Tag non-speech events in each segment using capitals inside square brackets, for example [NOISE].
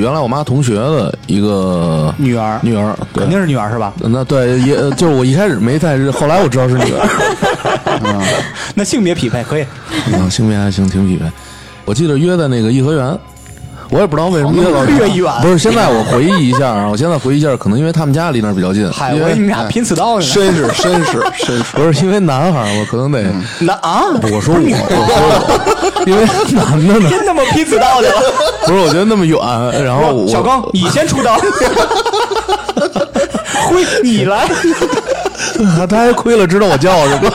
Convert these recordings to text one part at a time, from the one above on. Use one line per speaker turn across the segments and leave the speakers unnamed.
原来我妈同学的一个
女儿，
女儿，对
肯，定是女儿是吧？
那对也呃就是我一开始没太，后来我知道是女
[LAUGHS]
儿，
那性别匹配可以，
嗯，性别还行，挺匹配。我记得约在那个颐和园，我也不知道为什么约到
哦越远
不是，现在我回忆一下啊，我现在回忆一下，可能因为他们家离那儿比较近，
嗨，我
因
以
为
为你们俩
哎
拼刺刀呢。
绅士，绅士，绅
[LAUGHS]
士。
不是因为男孩儿，我可能得。
那啊，
我说我，我说
[LAUGHS]
我，因为男的呢，
真他妈拼刺刀去了！
不是我觉得那么远，然后我
小刚，你先 [LAUGHS] 出刀，挥你来，
他他还亏了，知道我叫什么。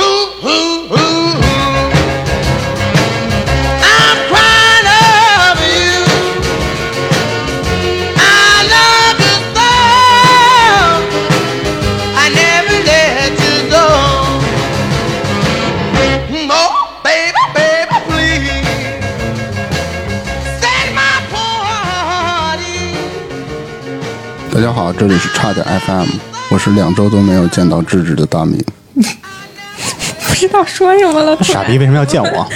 Ooh, ooh, I'm crying over you. I love you so. I never let you go. Oh, baby, baby, please set my party.
大家好，这里是差点 FM，我是两周都没有见到智智的大米。
不知道说什么了。
傻逼为什么要见我？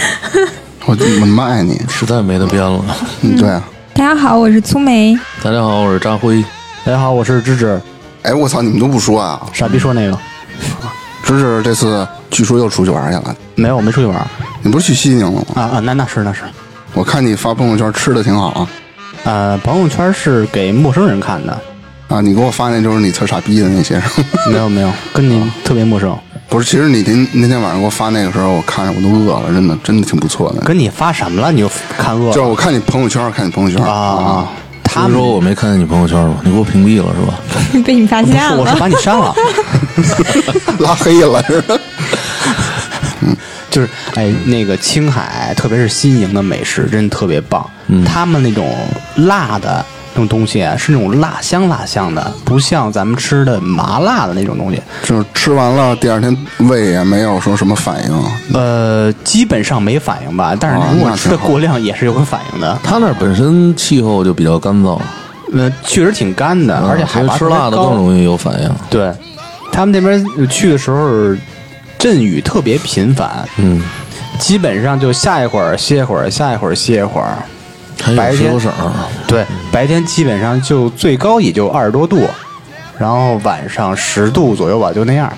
我我妈爱你，
实在没得编了。
嗯，对啊。
大家好，我是粗梅。
大家好，我是张辉。
大家好，我是芝芝，
哎，我操，你们都不说啊！
傻逼说那个
芝芝这次据说又出去玩去了，
没有，我没出去玩
你不是去西宁了吗？
啊啊，那那是那是，
我看你发朋友圈吃的挺好啊，
呃，朋友圈是给陌生人看的，
啊，你给我发那就是你特傻逼的那些， [LAUGHS]
没有没有，跟你特别陌生，
不是？其实你那那天晚上给我发那个时候，我看着我都饿了，真的真的挺不错的。
跟你发什么了？你就看饿
就是我看你朋友圈，看你朋友圈
啊
啊，
啊？他
你
们
说我没看见你朋友圈吗？你给我屏蔽了是吧？
[LAUGHS] 被你发
不
现
是，我是
了，
把你删了。
[LAUGHS] 拉黑了 [LAUGHS] 是吧？
就是哎，那个青海，特别是西宁的美食，真的特别棒。
嗯
他们那种辣的那种东西啊，是那种辣香辣香的，不像咱们吃的麻辣的那种东西。
就是吃完了第二天胃也没有说什么反应，
呃，基本上没反应吧，但
哦
是如果
那
吃
挺
的
好
过量，也是有反应的。
他那儿本身气候就比较干燥，
呃，确实挺干的，而且
嗯
海
所以
拔
吃
特别
辣的
高
更容易有反应。
对，他们那边去的时候，阵雨特别频繁，
嗯，
基本上就下一会儿歇一会儿，下一会儿歇一会儿。
还有
白
石
天
头省，
对，白天基本上就最高也就二十多度，然后晚上十度左右吧，就那样。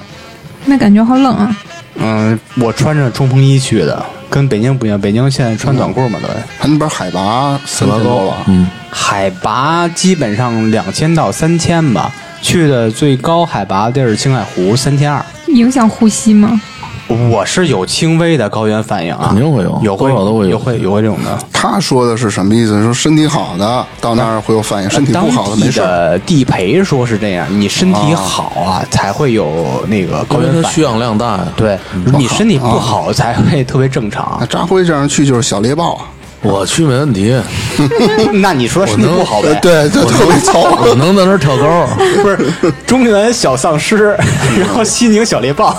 那感觉好冷啊！
嗯，我穿着冲锋衣去的，跟北京不一样，北京现在穿短裤嘛，对。
他那边海拔三千多吧？
嗯，
海拔基本上两千到三千吧，去的最高海拔地儿是青海湖三千二。
影响呼吸吗？
我是有轻微的高原反应啊，
肯定会有
有会
多少都会有
有会有会这种的。
他说的是什么意思？说身体好的到那儿会有反应，身体不好的没事儿。
呃，地陪说是这样，你身体好啊，才会有那个
因
高
为
原
它
反
需
应。
氧量大呀。
对，你身体不好才会特别正常
那。扎辉这样去就是小猎豹，啊
我去没问题，
[LAUGHS] 那你说身体不好 [LAUGHS] 呗？，
对对，特别
啊
糙。
我能在那儿跳高。
不是中原小丧 [LAUGHS] 尸，然后西宁小猎豹。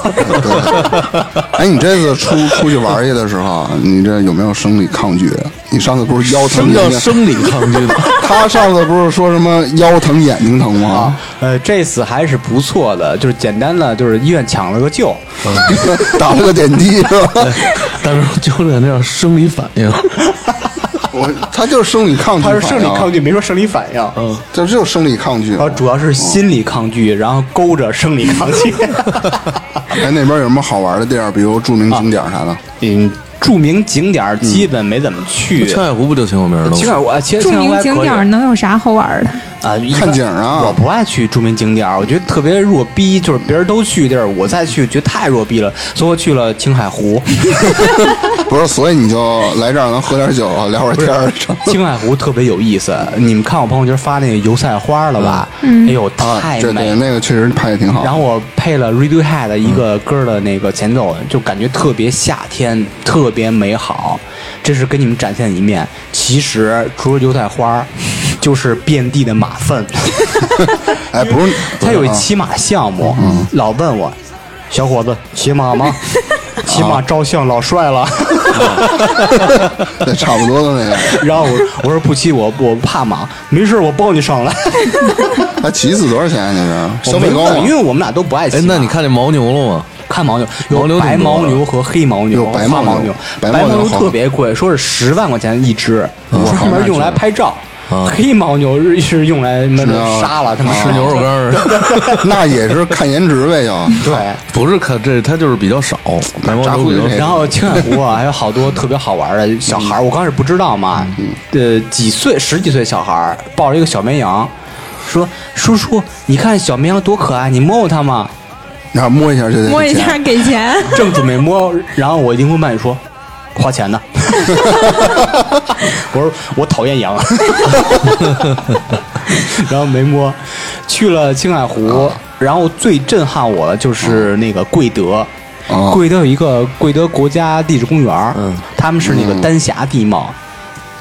[LAUGHS] 哎，你这次出出去玩去的时候，你这有没有生理抗拒？你上次不是腰
[LAUGHS] 什
疼
么 [LAUGHS] 叫
眼睛？
生理抗拒的？
他上次不是说什么腰疼眼睛疼吗？
呃，这次还是不错的，就是简单的，就是医院抢了个救。
[LAUGHS] 打了个点滴
[LAUGHS]
是吧？
但是就是那叫生理反 [LAUGHS] 应。
我他就是生理抗拒，
他是生理抗，拒，没说生理反应。嗯，
这就是生理抗拒啊
然。后主要是心理抗拒，然后勾着生理抗拒。
哎，那边有什么好玩的地儿？比如著名景点
[LAUGHS]
啥的？
嗯，著名景点儿基本没怎么去。
青海湖不就挺有名的
青海
吗？
湖，啊青
嗯著
青海湖
名
还
景
可以
点儿能有啥好玩的？
啊，一般
看景儿啊
我不爱去著名景点儿，我觉得特别弱逼，就是别人都去地儿，我再去觉得太弱逼了，所以我去了青海
[LAUGHS]
湖。
不是，所以你就来这儿能喝点酒，聊会儿天儿。
青海湖特别有意思，你们看我朋友圈发那个油菜花了吧？嗯，哎呦，太
啊这
美
对
了。
那个确实拍的挺好。
然后我配了 Radiohead 的一个歌的那个前奏，就感觉特别夏天，特别美好。这是给你们展现一面。其实除了油菜花，就是遍地的马粪。
哎，不
[LAUGHS]
是，
他有一骑马项目，老问我，小伙子骑马吗？起码照相老帅了。
对，差不多的
[LAUGHS]
那个。
[LAUGHS] 然后我我说不骑，我我怕马，没事儿我抱你上来。
那骑一次多少钱啊？这是消
我
费
没
高
问因为
吗？
我们俩都不爱骑
哎
马。，
那你看这牦牛了吗？
看牦牛，
牦牛
有白
挺多的
牦牛和黑牦牛，
有白
花牦
牦牛白
白
牦牛
牛
好
特别贵，说是十万块钱一只，专门用来拍照。
啊
黑牦牛是是用来那
啊
杀了他们
吃牛肉干儿，
[LAUGHS] 那也是看颜
[LAUGHS]
值呗，就。
对。
不是看这，它就是比较少，白牦
炸
牛
灰
比较
这
[LAUGHS] 少。
个
然后青海湖啊，还有好多特别好玩的小孩儿。我刚开始不知道嘛，呃，几岁十几岁小孩儿抱着一个小绵羊，说：“叔叔，你看小绵羊多可爱，你摸摸它嘛。
然后摸一下就得
摸一
钱
[LAUGHS]
下给钱，”
正准备摸，然后我灵魂伴侣说：“花钱的。” [LAUGHS] 我说：“我讨厌羊。” [LAUGHS] 然后没摸，去了青海
啊
湖。然后最震撼我的就是那个贵德。
啊
贵德有一个贵德国家地质公园儿，
嗯
他们是那个丹霞地貌，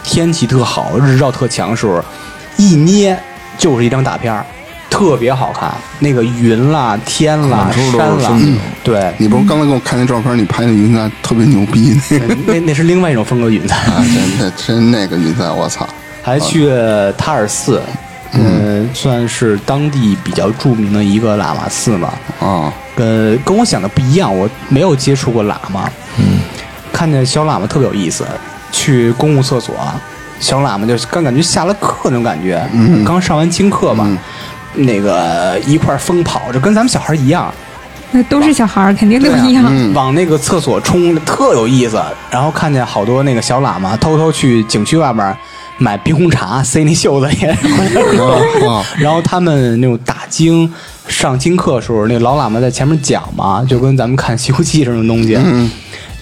天气特好，日照特强的时候，一捏就是一张大片儿，特别好看。那个云啦、天啦、
满处
山
都是
啦
风景，
对，
你不是刚才给我看那照片，你拍那云彩特别牛逼那个
[LAUGHS] 那那是另外一种风格云彩。
啊，
[LAUGHS]
真的真那个云彩，我操！
还去塔尔寺，嗯，算是当地比较著名的一个喇嘛寺吧。
啊，
跟跟我想的不一样，我没有接触过喇嘛。嗯，看见小喇嘛特别有意思，去公共厕所，小喇嘛就是刚感觉下了课那种感觉，刚上完经课吧，那个一块儿疯跑，就跟咱们小孩儿一样，
那都是小孩儿，肯定都一
啊
啊
样。嗯
嗯
往那个厕所冲，特有意思。然后看见好多那个小喇嘛偷偷去景区外边儿买冰红
[LAUGHS]
茶，塞那袖子里。
啊
然后他们那种打经、上经课的时候，那老喇嘛在前面讲嘛，就跟咱们看《西游记》这种东西，
嗯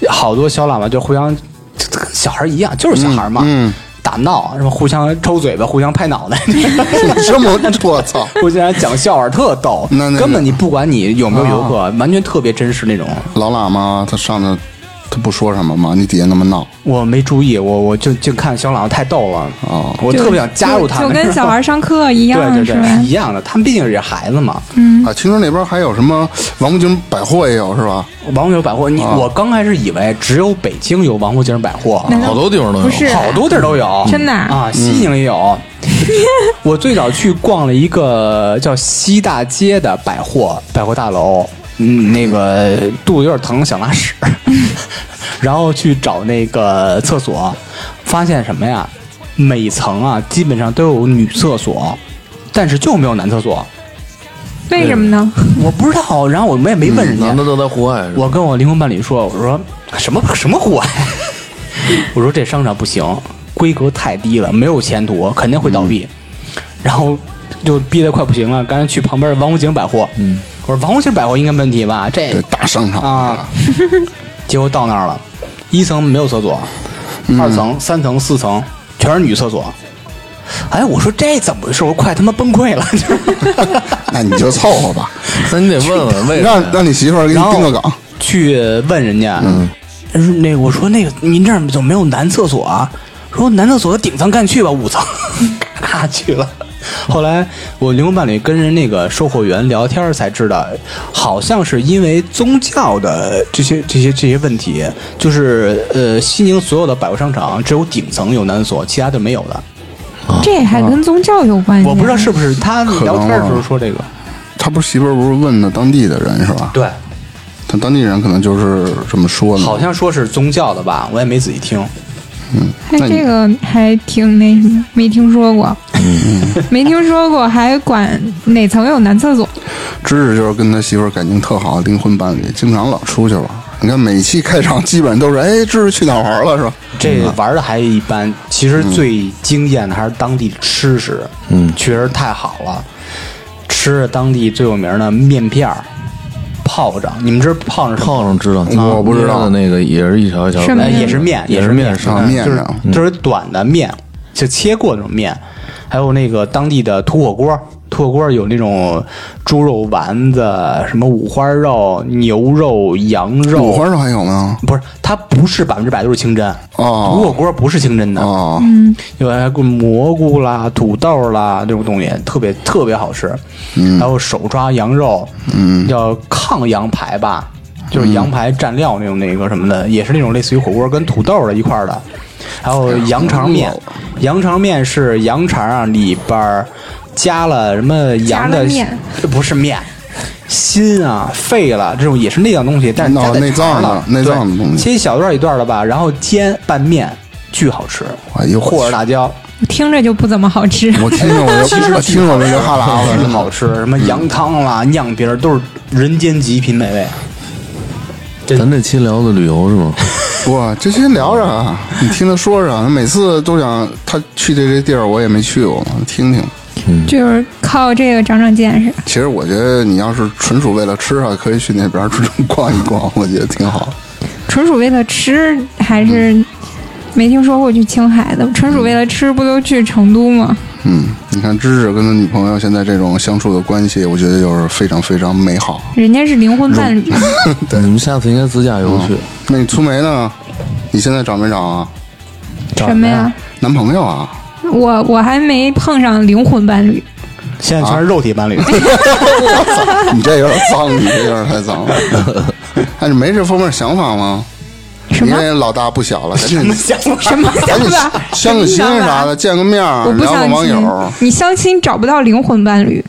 好多小喇嘛就互相，就跟小孩一样，就是小孩嘛，
嗯嗯 [LAUGHS]
打闹，什么互相抽嘴巴、互相拍脑袋，
啊！这么我操！
互相讲笑话，特逗。
那哦那
根本你不管你有没有游客，完全特别真实那种。
老喇嘛他上那，他不说什么吗？你底下那么闹
我没注意，我我就就看小喇嘛太逗了，
哦
我
就
特别想加入他们，[LAUGHS]
就跟小孩儿上课一样，
对对
是吧嗯
对，一？样的，他们毕竟也是孩子嘛。
啊！青春那边还有什么王府井百货也有是吧？
王府井百货，你、
啊
我刚开始以为只有北京有王府井百货，
难道
好多地方都有
不是
好多地儿都有，
真的
啊，西宁也
[LAUGHS]
有。我最早去逛了一个叫西大街的百货百货大楼，嗯，那个肚子有点疼，想拉
[LAUGHS]
屎，然后去找那个厕所，发现什么呀？每层啊，基本上都有女厕所，但是就没有男厕所，
为什么呢？
我不知道。然后我们也没问人家，
男的都在户外，是吧
我跟我灵魂伴侣说：“我说什么什么户外？ [LAUGHS] 我说这商场不行，规格太低了，没有前途，肯定会倒闭。然后就憋得快不行了，赶紧去旁边的王府井百货。嗯，我说王府井百货应该没问题吧？这
对，大商场
啊，结果到那儿了，一层没有厕所，二层、三层、四层全是女厕所。哎，我说这怎么回事？我快他妈崩溃了！ [LAUGHS] 就是
那你就凑合吧，
那你得问问为什么
让
呀？
让你媳妇儿给你
然后
盯个岗。
去问人家，嗯，那个我说那个您这儿怎么没有男厕所啊？说男厕所顶层干去吧，五层， [LAUGHS] 咔去了。后来我灵魂伴侣跟人那个售货员聊天儿才知道，好像是因为宗教的这些这些这些问题，就是呃西宁所有的百货商场只有顶层有男厕所，其他的没有的。
这还跟宗教有关
啊
系？啊
我不知道是不是他聊天的时
可能
候
啊
说这个，
他不是媳妇儿不是问的当地的人是吧？
对，
他当地人可能就是这么说的。
好像说是宗教的吧，我也没仔细听。
那这个还挺那什么，没听说过，
嗯
没听说过，还管哪层有男厕所？
芝芝就是跟他媳妇儿感情特好，灵魂伴侣，经常老出去玩。你看每期开场基本上都是，哎，芝芝去哪儿玩了是吧？
这玩的还一般，其实最惊艳的还是当地的吃食，嗯，确实太好了。吃的当地最有名的面片儿、炮仗，你们知道炮仗是什么
套上嗯知道，
我不知道
捏的那个也是一条一条
什
的
么
哎，
呀
也是面，
也
是
是面
面，
上
啊面
就是
上
就是短的面，就切过那种面，还有那个当地的土火锅，土火锅有那种猪肉丸子、什么五花肉、牛肉、羊肉，
五花肉还有吗？
不是，它不是百分之百都是清真
哦
土火锅不是清真的
哦，
有哎还有蘑菇啦、土豆啦这种东西，特别
嗯
特别好吃。还有手抓羊肉，嗯，叫炕羊排吧，就是羊排蘸料那种那个什么的，也是那种类似于火锅跟土豆的一块儿的，还有羊肠面，羊肠面是羊肠啊里边儿加了什么羊
加
的
了面，
这不是面。心啊、肺了，这种也是那样东西，但是
那
加在
哦内脏
肠
的内脏的
对
东西
切一小段儿一段儿的吧，然后煎拌面，巨好吃。
哎呦我
或者
去
辣椒，
听着就不怎么好吃。
我听着我就我听着我就流哈喇子
很
了，
好吃，什么羊汤啦、酿饼儿都是人间极品美味。
咱这期聊的旅游是 [LAUGHS] 吗？
我这些聊着啊，你听他说着啊，每次都想他去这些地儿，我也没去过嘛，听听。
就是靠这个长长见识。
其实我觉得你要是纯属为了吃啊，可以去那边儿 [LAUGHS] 逛一逛，我觉得挺好。
纯属为了吃，还是没听说过去青海的。纯属为了吃，不都去成都吗？
嗯，你看芝芝跟他女朋友现在这种相处的关系，我觉得就是非常非常美好。
人家是灵魂伴侣，
你们下次应该自驾游去。
那你粗梅呢？你现在找没找啊？
什么呀？
男朋友
[LAUGHS]
啊？
我我还没碰上灵魂伴侣，
现在全是肉体伴侣，
你这有点脏，你这有点太脏了。
[LAUGHS]
哎，你没这方面想法吗？
什
因
么
为老大不小了，赶紧
想法？
什么想
赶
[LAUGHS]
紧
法？
相个亲
什么想
啥
法
的，见个面儿
我，不
聊
相
个网
亲
友。，
你相亲找不到灵魂伴侣，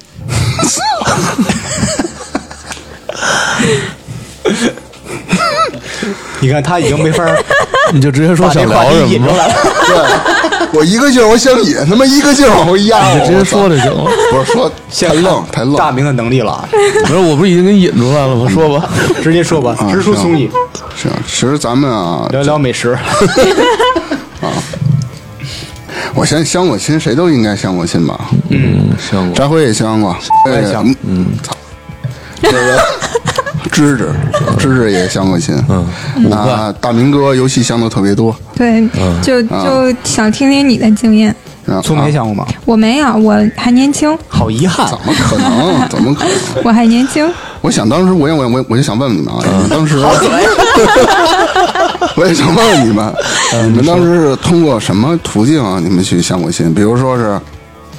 你看他已经没法儿
[LAUGHS] 你就直接说
把这
想
话
聊
题
什
引
么
出，来了。
[LAUGHS]
对，我一个劲儿往想引，他妈一个劲儿往回压，
你就
我
直接
操
说就行了。
不是说太
[LAUGHS]
愣太
大
愣，
明的能力
[LAUGHS]
了，
不是，我不是已经给你引出来了吗？说吧，
直接说吧，
啊
直抒胸臆，
是啊，其实咱们啊，
聊聊
[LAUGHS]
美食。
我先相过亲，谁都应该相过亲吧？
嗯，相过。
张辉也相过，
我也相
哎嗯，操， [LAUGHS] 这个芝芝，芝芝也相过亲，嗯，啊，大明哥尤其相的特别多，
对，
嗯
就就想听听你的经验。
啊，
粗梅想过吗？
我没有，我还年轻，
[LAUGHS] 好遗憾，
怎么可能？怎么可能？
我还年轻，
我想当时我也我我我就想问问你们啊，
嗯
你们当时， [LAUGHS] 我也想问问你们，
嗯
你们当时是通过什么途径啊？你们去相过亲？比如说是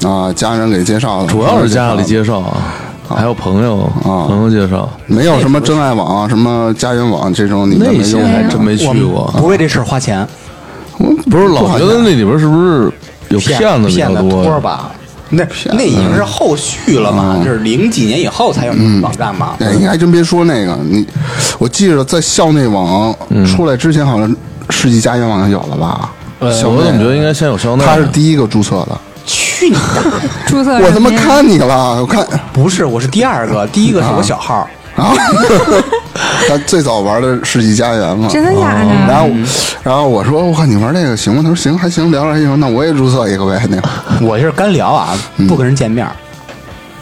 啊，家人给介绍的，
[LAUGHS] 主要是家
朋友
里
介绍
介绍啊，还有朋友，朋友介绍，
的，没有什么真爱网啊、什么家园网这种，你们
那
没
些
用
还
过。
真没去
我们
过。啊
不为这事儿
[LAUGHS]
花钱，
不是老觉得那里边是不是有
骗
骗子比
骗
较
的
多
多
呀？
吧？那那已经是
嗯
后续了嘛，就是零几年以后才有网站
嗯
嘛。
哎，你还真别说那个，你我记着在校内网
嗯
出来之前，好像世纪家园网有了吧？校
呃我
内
怎么觉得应该先有校内？
他是第一个注册的，
去你大爷！
注册
我
什
他
么
妈
呀
看你了，我看。
不是，我是第二个，第一个是我小号。
啊，
[LAUGHS]
[LAUGHS] 他最早玩的《世纪佳缘》嘛。
真的嗯假的？
然后，然后我说：“我靠，你玩这个行吗？”他说：“行，还行，聊聊还行。”那我也注册一个呗。那会儿
我是干聊啊，不跟人见面儿。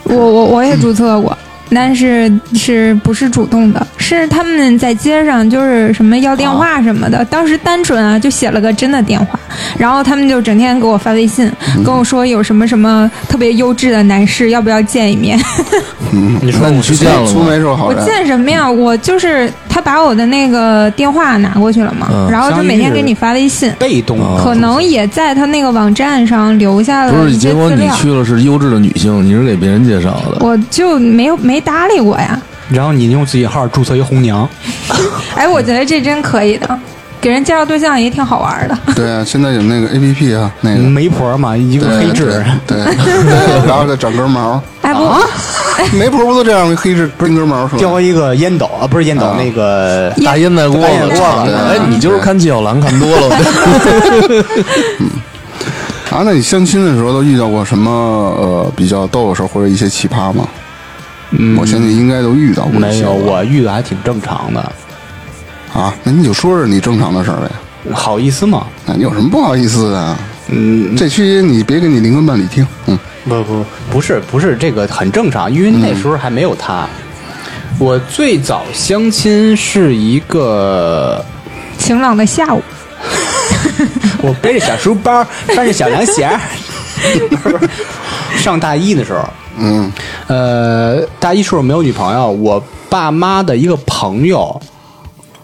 我我我也注册过，但是是不是主动的？是他们在街上就是什么要电话什么的，当时单纯啊，就写了个真的电话，然后他们就整天给我发微信，
嗯
跟我说有什么什么特别优质的男士，要不要见一面？
嗯你
那你去见了
粗
吗？
眉是个好
我
人，
见什么呀？我就是他把我的那个电话拿过去了嘛，
嗯
然后就每天
相当于是
给你发微信。
被动的
可能也在他那个网站上留下
哦不
了
是，
一些
结果
资
你
料，
去了是优质的女性，你是给别人介绍的。
我就没有没搭理过呀。
然后你用自己号注册一红娘，
哎，我觉得这真可以的，给人介绍对象也挺好玩的。
对啊，现在有那个 A P P 啊，那
嗯
个
媒婆嘛，一
对
个黑痣。
对， [LAUGHS] 对然后再长根毛，
哎
啊
不，
媒婆不都这样吗？黑痣钉根毛是吧？
叼一个烟斗啊，不哦是烟斗，
啊
那个
大烟袋锅
大烟
子，
袋锅
子
哎，你就是看纪晓岚看多了，
啊，那你相亲的时候都遇到过什么呃比较逗的事儿或者一些奇葩吗？
嗯
我相信应该都遇到过一些吧。
没有，我遇的还挺正常的，
啊，那你就说说你正常的事儿呗。
好意思吗？
那你有什么不好意思的啊？
嗯，
这期你别给你灵魂伴侣听，嗯，
不不不是不是这个很正常，因为那时候还没有他。我最早相亲是一个，
晴朗的下午，
我背着小书包，穿着小凉鞋
[LAUGHS]
儿，上大一的时候，
嗯，
呃，大一时候没有女朋友，我爸妈的一个朋友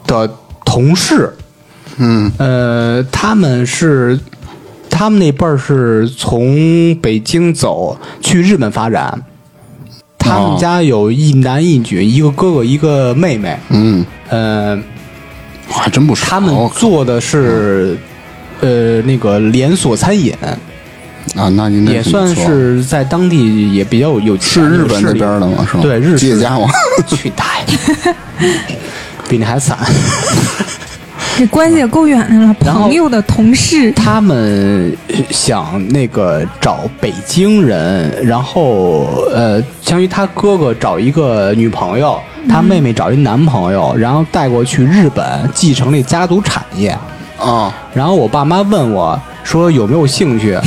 的同事，
嗯，
呃，他们是他们那辈儿是从北京走去日本发展，他
哦
们家有一男一女，一个哥哥，一个妹妹。
嗯，
呃，
我还真不熟。
他们做的是呃那个连锁餐饮，
啊，那应该
也
挺
算
不错
是在当地也比较有有钱
是日
有
本
势
那
力
边的吗？是吗？
对日
企业
式
家吗？
[LAUGHS] 去大爷，比你还惨。
这关系也够远的了，
然后
朋友的同
[LAUGHS]
事，
他们呃想那个找北京人，然后呃，相当于他哥哥找一个女朋友，他妹妹找一男朋友，然后带过去日本继承那家族产业。
啊， [LAUGHS]
然后我爸妈问我说有没有兴趣，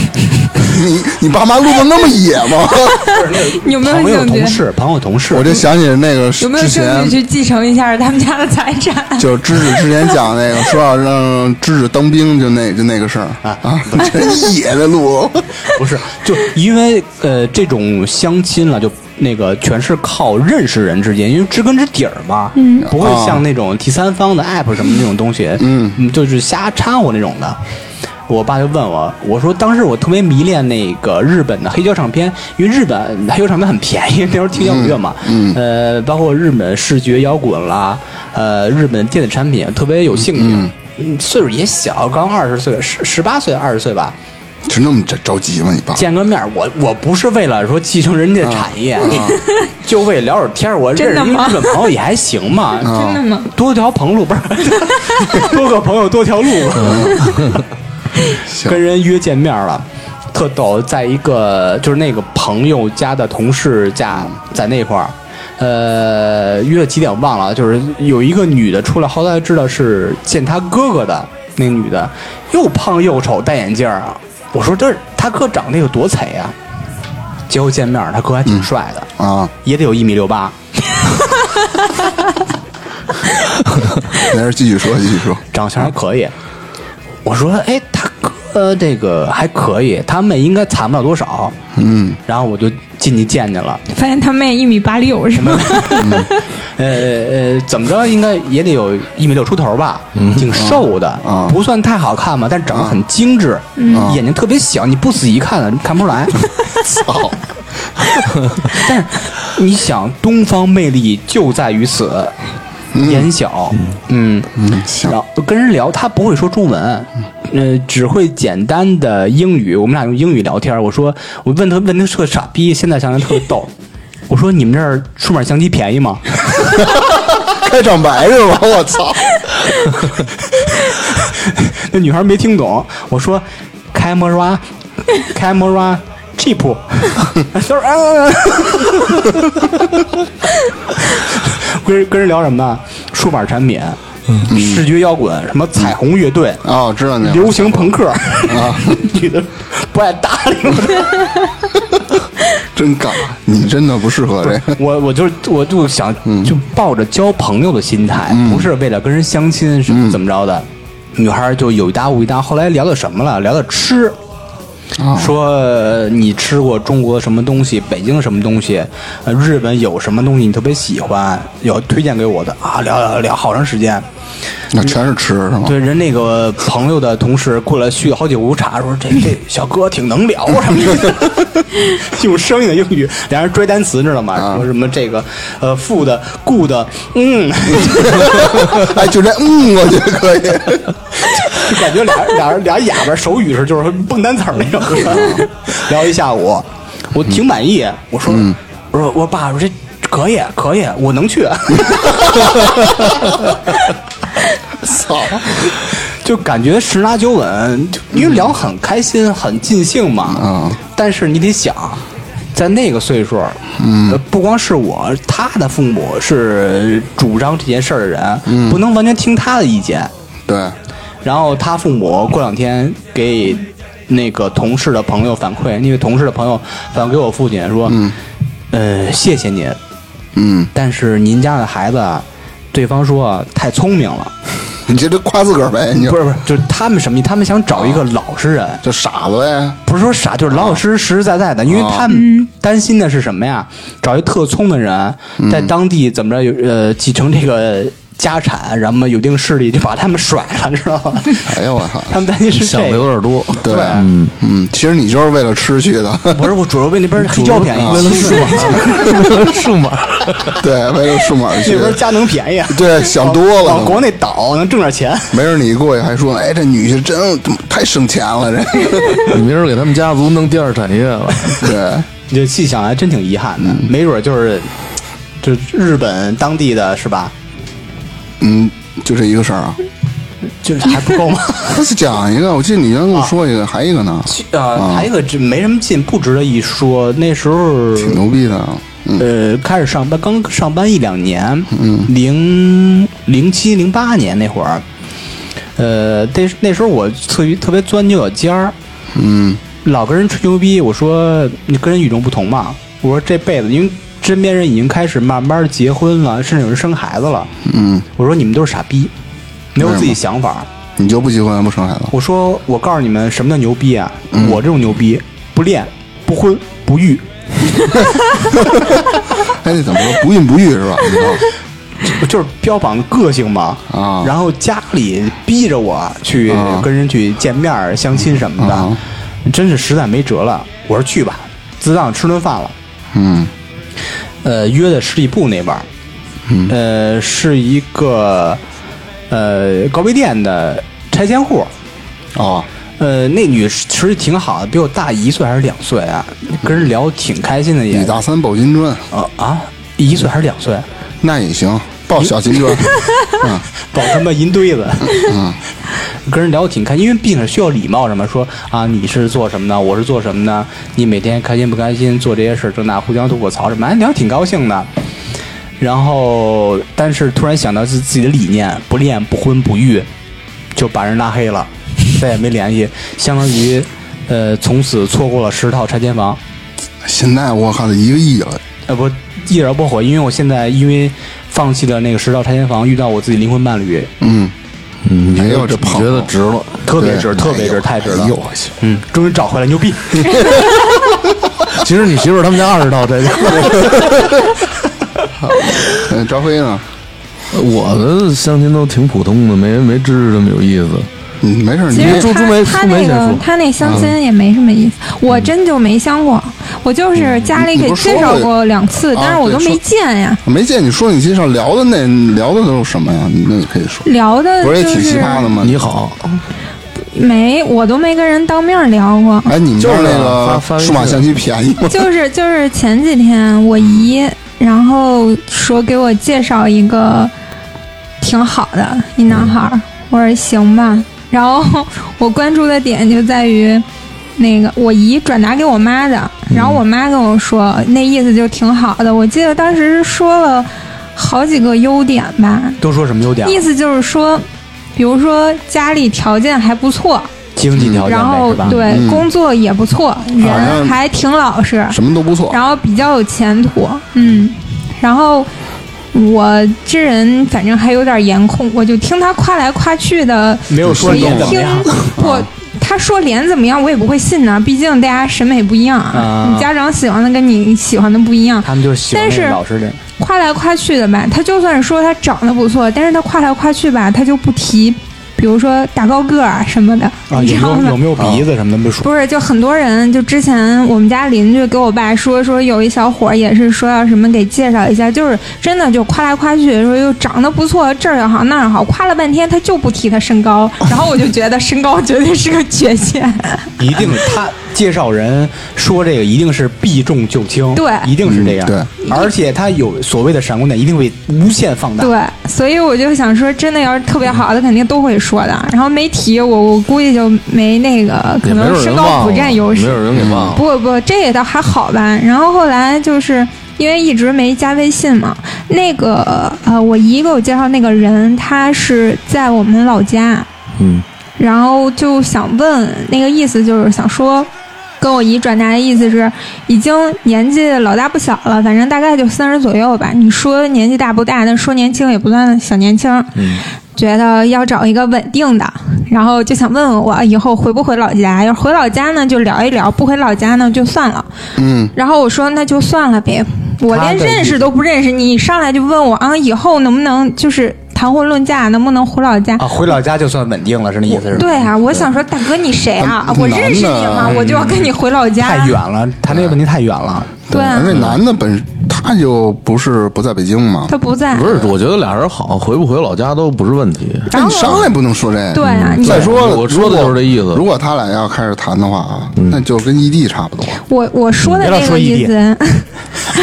你你爸妈录的那么野吗？ [LAUGHS]
有没有
朋友
兴
同
趣？
事，朋友同事，
我就想起那个
有没有
之
兴
前
趣去继承一下他们家的财产？
[LAUGHS] 就知识之前讲那个说要让知识当兵，就那就那个事儿啊， [LAUGHS] 真野的路，
[LAUGHS] 不是，就因为呃这种相亲了，就那个全是靠认识人之间，因为知根知底儿嘛，嗯，不会像那种第三方的 app 什么那种东西，嗯，就是瞎掺和那种的。我爸就问我，我说当时我特别迷恋那个日本的黑胶唱片，因为日本黑胶唱片很便宜， [LAUGHS] 那时候听摇滚乐嘛，嗯，呃，包括日本视觉摇滚啦，呃，日本电子产品特别有兴趣，嗯，岁数也小，刚二十岁，十十八岁二十岁吧，
就那么着着急吗？你爸
见个面儿，我我不是为了说继承人家的产业， [LAUGHS] 就为聊会儿天儿。我认
真的
识一
吗
日本朋友也还行嘛，
[LAUGHS] 真的吗？
多条朋路不是 [LAUGHS] 多个朋友多条路，跟人约见面了。特逗，在一个就是那个朋友家的同事家，在那块儿，呃，约了几点忘了，就是有一个女的出来，后来知道是见他哥哥的那女的，又胖又丑，戴眼镜儿。啊我说这他哥长得有多丑呀、结果见面儿，他哥还挺帅的，
啊，
也得有一米六八，
没事，继续说，继续说，
长相还可以。我说，哎，他哥这个还可以，他妹应该惨不了多少。
嗯，
然后我就进去见见了，
发现他妹一米八六是吗？
嗯
呃呃，怎么着应该也得有一米六出头吧，挺瘦的，
嗯啊嗯
不算太好看吧，但长得很精致，眼睛特别小，你不仔细看看不出来。
[LAUGHS] 操，
[LAUGHS] 但是你想，东方魅力就在于此，眼小，嗯
嗯，行
然，后跟人聊，他不会说中文，呃，只会简单的英语。我们俩用英语聊天。我说，我问他，问他是个傻逼，现在想想特别逗。我说你们这儿数码相机便宜吗？
开场白是吧？我
[LAUGHS]
操，
那女孩没听懂。我说，camera [LAUGHS] camera cheap。她 [LAUGHS] 说啊， [LAUGHS] 跟人跟人聊什么？数码产品，视觉摇滚，什么彩虹乐队，
啊，我知道那个
流行朋克 [LAUGHS] 啊，女的不爱搭理我。
真尬，你真的不适合这个，
[LAUGHS] 我嗯我就是我就想就抱着交朋友的心态，不是为了跟人相亲是怎么着的。女孩就有一搭无一搭，后来聊到什么了？聊到吃，
啊
说呃你吃过中国什么东西，北京什么东西，呃，日本有什么东西你特别喜欢，有推荐给我的啊？聊聊聊好长时间。
那全是吃是吗？
对，人那个朋友的同事过来续了好几壶茶，说这这小哥挺能聊
[LAUGHS]
啊什么的， [LAUGHS] 用生硬的英语，俩人追单词，你知道吗？
啊
说什么这个呃 food good，嗯，
哎，就这，嗯，我觉得可以。
[LAUGHS] 感觉俩俩人俩哑巴手语是就是蹦单词儿那种，聊一下午，我挺满意，我说我说我爸我说这可以可以，我能去。
操，
就感觉十拿九稳，就因为聊很开心，很尽兴嘛。
嗯
但是你得想，在那个岁数，嗯、不光是我，他的父母是主张这件事儿的人，不能完全听他的意见。
对，
然后他父母过两天给那个同事的朋友反馈，那个同事的朋友反馈给我父亲说：“呃，谢谢您，
嗯，
但是您家的孩子啊，对方说啊太聪明了，
你这就夸自个儿呗，你就
不是不是，就是他们什么意思？他们想找一个老实人。”
就傻子呗。
不是说傻，就是老老实实、实实在在的，因为他们担心的是什么呀？找一特聪的人，在当地怎么着有呃继承这个家产，然后嘛有一定势力，就把他们甩了，知道吗？
哎呦我操！
他们担心是
想
这
的有
个，
点多，
对，
啊
嗯，
嗯，其实你就是为了吃去的， [LAUGHS]
不是我主要为那边黑胶便宜，
为了数码，为了啊 [LAUGHS] 数码，
对，为了数码去
那。边佳能便 [LAUGHS] 宜，
对，想多
往
了，
国内倒能挣点钱。
没事，你过去还说，哎，这女婿真太省钱了，
[LAUGHS]
这，
你明儿给他们家族弄第二产业了，
对，
你这细想还真挺遗憾的，没准儿就是就日本当地的是吧？
嗯，就这一个事儿啊。
就是还不够 [LAUGHS] 吗？
讲一个，我记得你原来跟我说一个，还一个呢，
呃，还有一个这没什么劲，不值得一说。那时候
挺牛逼的，嗯
呃，开始上班，刚上班一两年，嗯，零零七零八年那会儿，呃，那那时候我特别特别钻牛角尖儿，
嗯
老跟人吹牛逼，我说你跟人与众不同嘛，我说这辈子因为身边人已经开始慢慢结婚了，甚至有人生孩子了，
嗯，
我说你们都是傻逼，没有自己想法。
你就不结婚不生孩子，
我说我告诉你们什么叫牛逼啊！
嗯
我这种牛逼，不恋不婚不育，
哎，那怎么说，不孕不育是吧？你知道
我就是标榜个性嘛。
啊
然后家里逼着我去
啊
跟人去见面儿、相亲什么
啊
的，真是实在没辙了。我说去吧，自当吃顿饭了。
嗯
呃，约的十里铺那边儿，
嗯
呃，是一个呃高碑店的拆迁户。
哦，
呃，那女其实挺好的，比我大一岁还是两岁啊，跟人聊挺开心的也。
你大三抱金砖，
啊啊，一岁还是两岁？啊
那也行，抱小金 [LAUGHS] 砖，嗯
保他妈银堆子， [LAUGHS] 跟人聊得挺开心，因为毕竟是需要礼貌什么，说啊你是做什么的，我是做什么的，你每天开心不开心，做这些事儿这那，互相吐口槽什么，哎，聊得挺高兴的。然后，但是突然想到自自己的理念，不恋不婚不育，就把人拉黑了，再也没联系，相当于，呃，从此错过了十套拆迁房。
现在我靠，一个亿了，
呃，不，一点儿不悔，因为我现在因为放弃了那个十套拆迁房，遇到我自己灵魂伴侣，
嗯，
嗯，你
哎
觉得
呦这
你
胖
觉得值了，
特别值，
对
特别值，太值了
哎呦。我去，
嗯，终于找回来，牛逼！
其实你媳妇儿他们家二十套这个。
呃张飞呢？
[LAUGHS] 我的相亲都挺普通的，没没芝芝这么有意思。
嗯，没事，
其
你
实
朱
他
朱梅
他
朱梅
那
先
个
说
他那
嗯
相亲也没什么意思，我真就没相过，我就是家里
嗯你你
给
不是说
介绍
过
过两次，
啊
但是我
对
都没
说
见呀。
没见你说你介绍聊的那聊的都是什么呀？那你可以说，
聊的
不
就是
也
是
挺奇葩的吗？。
你好，
没，我都没跟人当面聊过
哎，你们
就是
那
发
个
发微
数码
信
相机便
[LAUGHS]
宜吗？
就是就是前几天我姨，然后说给我介绍一个挺好的一
嗯
男孩儿，我说行吧。然后我关注的点就在于那个我姨转达给我妈的，
嗯
然后我妈跟我说那意思就挺好的。我记得当时是说了好几个优点吧，
[LAUGHS] 都说什么优点啊？
意思就是说，比如说家里条件还不错，
经济条件
然
呗，
后
是吧？
对、
嗯
工作也不错，人
正
还挺老实，
什么都不错，
然后比较有前途，嗯，然后我这人反正还有点颜控，我就听他夸来夸去的，
没有说
我
你
一
怎么
听
样，啊
我。他说脸怎么样，我也不会信呢。毕竟大家审美不一样
啊
你家长喜欢的跟你喜欢的不一样。
他们就喜欢
但
那
是
个老实人。
夸来夸去的吧，他就算是说他长得不错，但是他夸来夸去吧，他就不提，比如说打高个儿啊什么的，
啊，
你
有
知
没
道
有
吗
有？没有鼻子什么的没说？
不是，就很多人，就之前我们家邻居给我爸说，说有一小伙儿也是说要什么给介绍一下，就是真的就夸来夸去，说又长得不错，这儿也好那儿也好，夸了半天他就不提他身高，然后我就觉得身高绝对是个缺陷，
一 [LAUGHS] 定他介绍人说这个一定是避重就轻，
对
一定是这样。
嗯，
而且他有所谓的闪光点，一定会无限放大。
对，所以我就想说，真的要是特别好的，肯定都会说的，然后没提我，我估计就没那个，可
也没
能
有人
身
忘
高
了，
不占优
没
势，
有人给忘了。
不不，这也倒还好吧。然后后来就是因为一直没加微信嘛，那个呃，我姨给我介绍那个人，他是在我们老家，
嗯，
然后就想问那个意思，就是想说。跟我姨转达的意思是，已经年纪老大不小了，反正大概就三十左右吧。你说年纪大不大，但说年轻也不算小年轻。
嗯，
觉得要找一个稳定的，然后就想问问我以后回不回老家。要是回老家呢，就聊一聊；不回老家呢，就算了。
嗯，
然后我说那就算了呗，我
他
连
的意
认识
思
都不认识你，上来就问我啊，以后能不能就是谈婚论嫁，能不能回老家？
啊，回老家就算稳定了，是那意思是吧？
对啊，我想说，大哥你谁啊？
嗯
我认识你
男
吗？
的
我就要跟你回老家。
太远了，谈这个问题太远了。
对啊
而，这男的本他就不是不在北京嘛，
他不在
不。是，我觉得俩人好，回不回老家都不是问题。
那
然
你
后
商量不能说这个。
对啊你
再说了，
我说的
如果
就是这意思
如果他俩要开始谈的话啊，那就跟异地差不多。
我我说的
嗯别老
这
说
个
异
意
地嗯
思，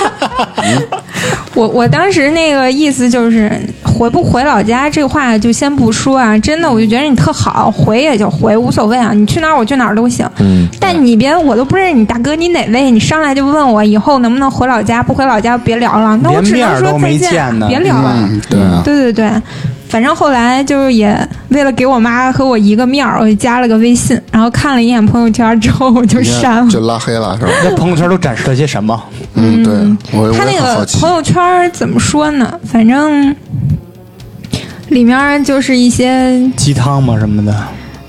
[LAUGHS] 我我当时那个意思就是回不回老家这话就先不说啊，真的我就觉得你特好，回也就回，无所谓啊，你去哪儿我去哪儿都行。
嗯，
但你别我都不认识你大哥你哪位，你上来就问我以后能不能回老家，不回老家别聊了，那我
连
只
面
能
儿
说
都
再
没
见
见呢
别聊了。
嗯，对啊，
对对对，反正后来就是也为了给我妈和我一个面儿，我就加了个微信，然后看了一眼朋友圈之后我就
你
删
看就
了。
拉黑了是吧？
那朋友圈都展示了些什么？
嗯，对，我我
他
也
那
很好
个
奇
朋。友圈怎么说呢？反正里面就是一些
鸡汤吗什么的？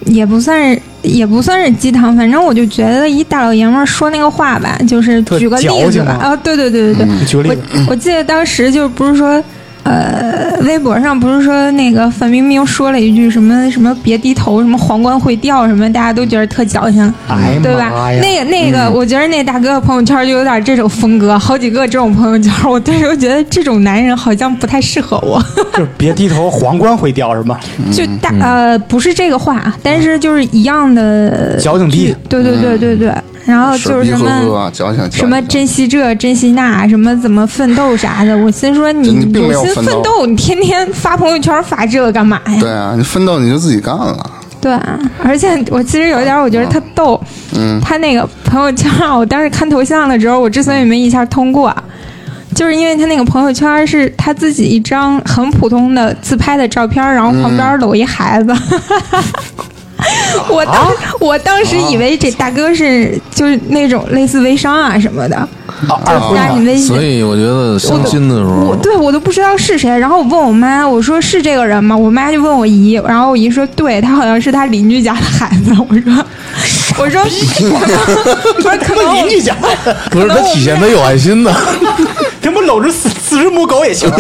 也不算是也不算是鸡汤，反正我就觉得一大老爷们儿说那个话吧，就是
特
举个例
矫
子
情
吧
吗
啊，对对对对
嗯
对，
举个例子，
我记得当时就不是说，呃，微博上不是说那个范冰冰说了一句什么什么别低头，什么皇冠会掉，什么大家都觉得特矫情，
哎呀
对吧？
妈呀！嗯
那个那个，我觉得那大哥的朋友圈就有点这种风格，好几个这种朋友圈，我当时就觉得这种男人好像不太适合我。
就是别低头，皇冠会掉是吗？
[LAUGHS] 就大
嗯
呃，不是这个话，但是就是一样的，
矫情逼，
对对对对
嗯
对，然后就是
逼
什
呵
么
呵啊，矫情
什么珍惜这珍惜那，什么怎么奋斗啥的。我心说你
你并没有
有心
奋斗
奋斗，你天天发朋友圈发这个干嘛呀？
对啊，你奋斗你就自己干
[LAUGHS]
了，
对啊，而且我其实有一点，我觉得他逗，
嗯
他那个朋友圈啊，我当时看头像的时候，我之所以没一下通过。就是因为他那个朋友圈是他自己一张很普通的自拍的照片，然后旁
嗯
边搂一孩子。 [LAUGHS] 我
啊
当我当时以为这大哥是就是那种类似微商啊什么的，
啊二婚
加
吧
你微信
所。以我觉得相亲的时
我
候，
对我都不知道是谁，然后我问我妈，我说是这个人吗？我妈就问我姨，然后我姨说对，他好像是他邻居家的孩子。我说，我说，我说可能我
邻居家，
不是
可
他
能我
体现
不
他有爱心的。
他妈搂着四四只母狗也行。啊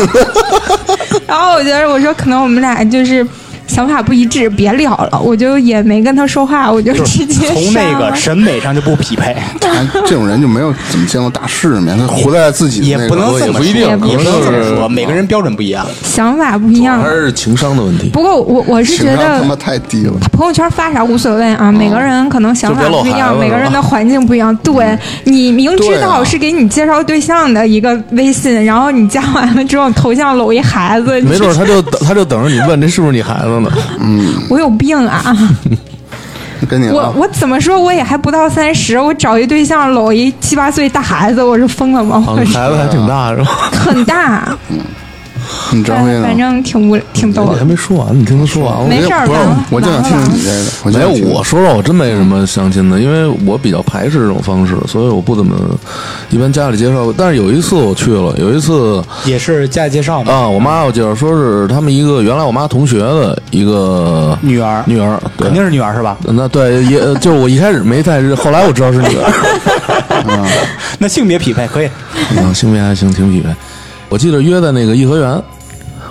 然后我觉得我说可能我们俩就是想法不一致，别聊了，我就也没跟他说话，我就直接
从那
删
个
了
审美上就不匹配，
他这种人就没有怎么见过大世面，他活在自己的
也
那
不
个
能这么
不一定
说也
可能
不能这么
是
说，每个人标准不一样。
想法不一
[LAUGHS]
样
还。是情商的问题。
不过我我是
情
觉
商他妈
得。
太低了。
朋友圈发啥无所谓啊，每个人可能想法
就别露
不一
孩
样，
子
每个人的环境不一样。对你明
对
知
啊
道是给你介绍对象的一个微信，然后你加完了之后头像搂一孩子，你
没准他就等他就等着你问这是不是你孩子呢？
我有病啊！
跟你
我
啊，
我怎么说我也还不到三十，我找一对象搂一七八岁大孩子，我是疯了吗？
啊
我，是
孩子还挺大是吧？
很大，
你张辉呢？
反正挺无挺逗
你还
的。
没说完，你听他说完。我
没事儿
不是
完了，
我就想听
完了
你这个。我就
没有，
想听
我说说，我真没什么相亲的，因为我比较排斥这种方式，所以我不怎么一般家里介绍。但是有一次我去了，有一次
也是家里介绍嘛，
啊，我妈我介绍说是他们一个原来我妈同学的一个
女儿，
女儿，对
肯定是女儿是吧？
那对也呃就是我一开始没在，后来我知道是女儿。
那性别匹配可以，
嗯，性别还行，挺匹配。我记得约在那个颐和园，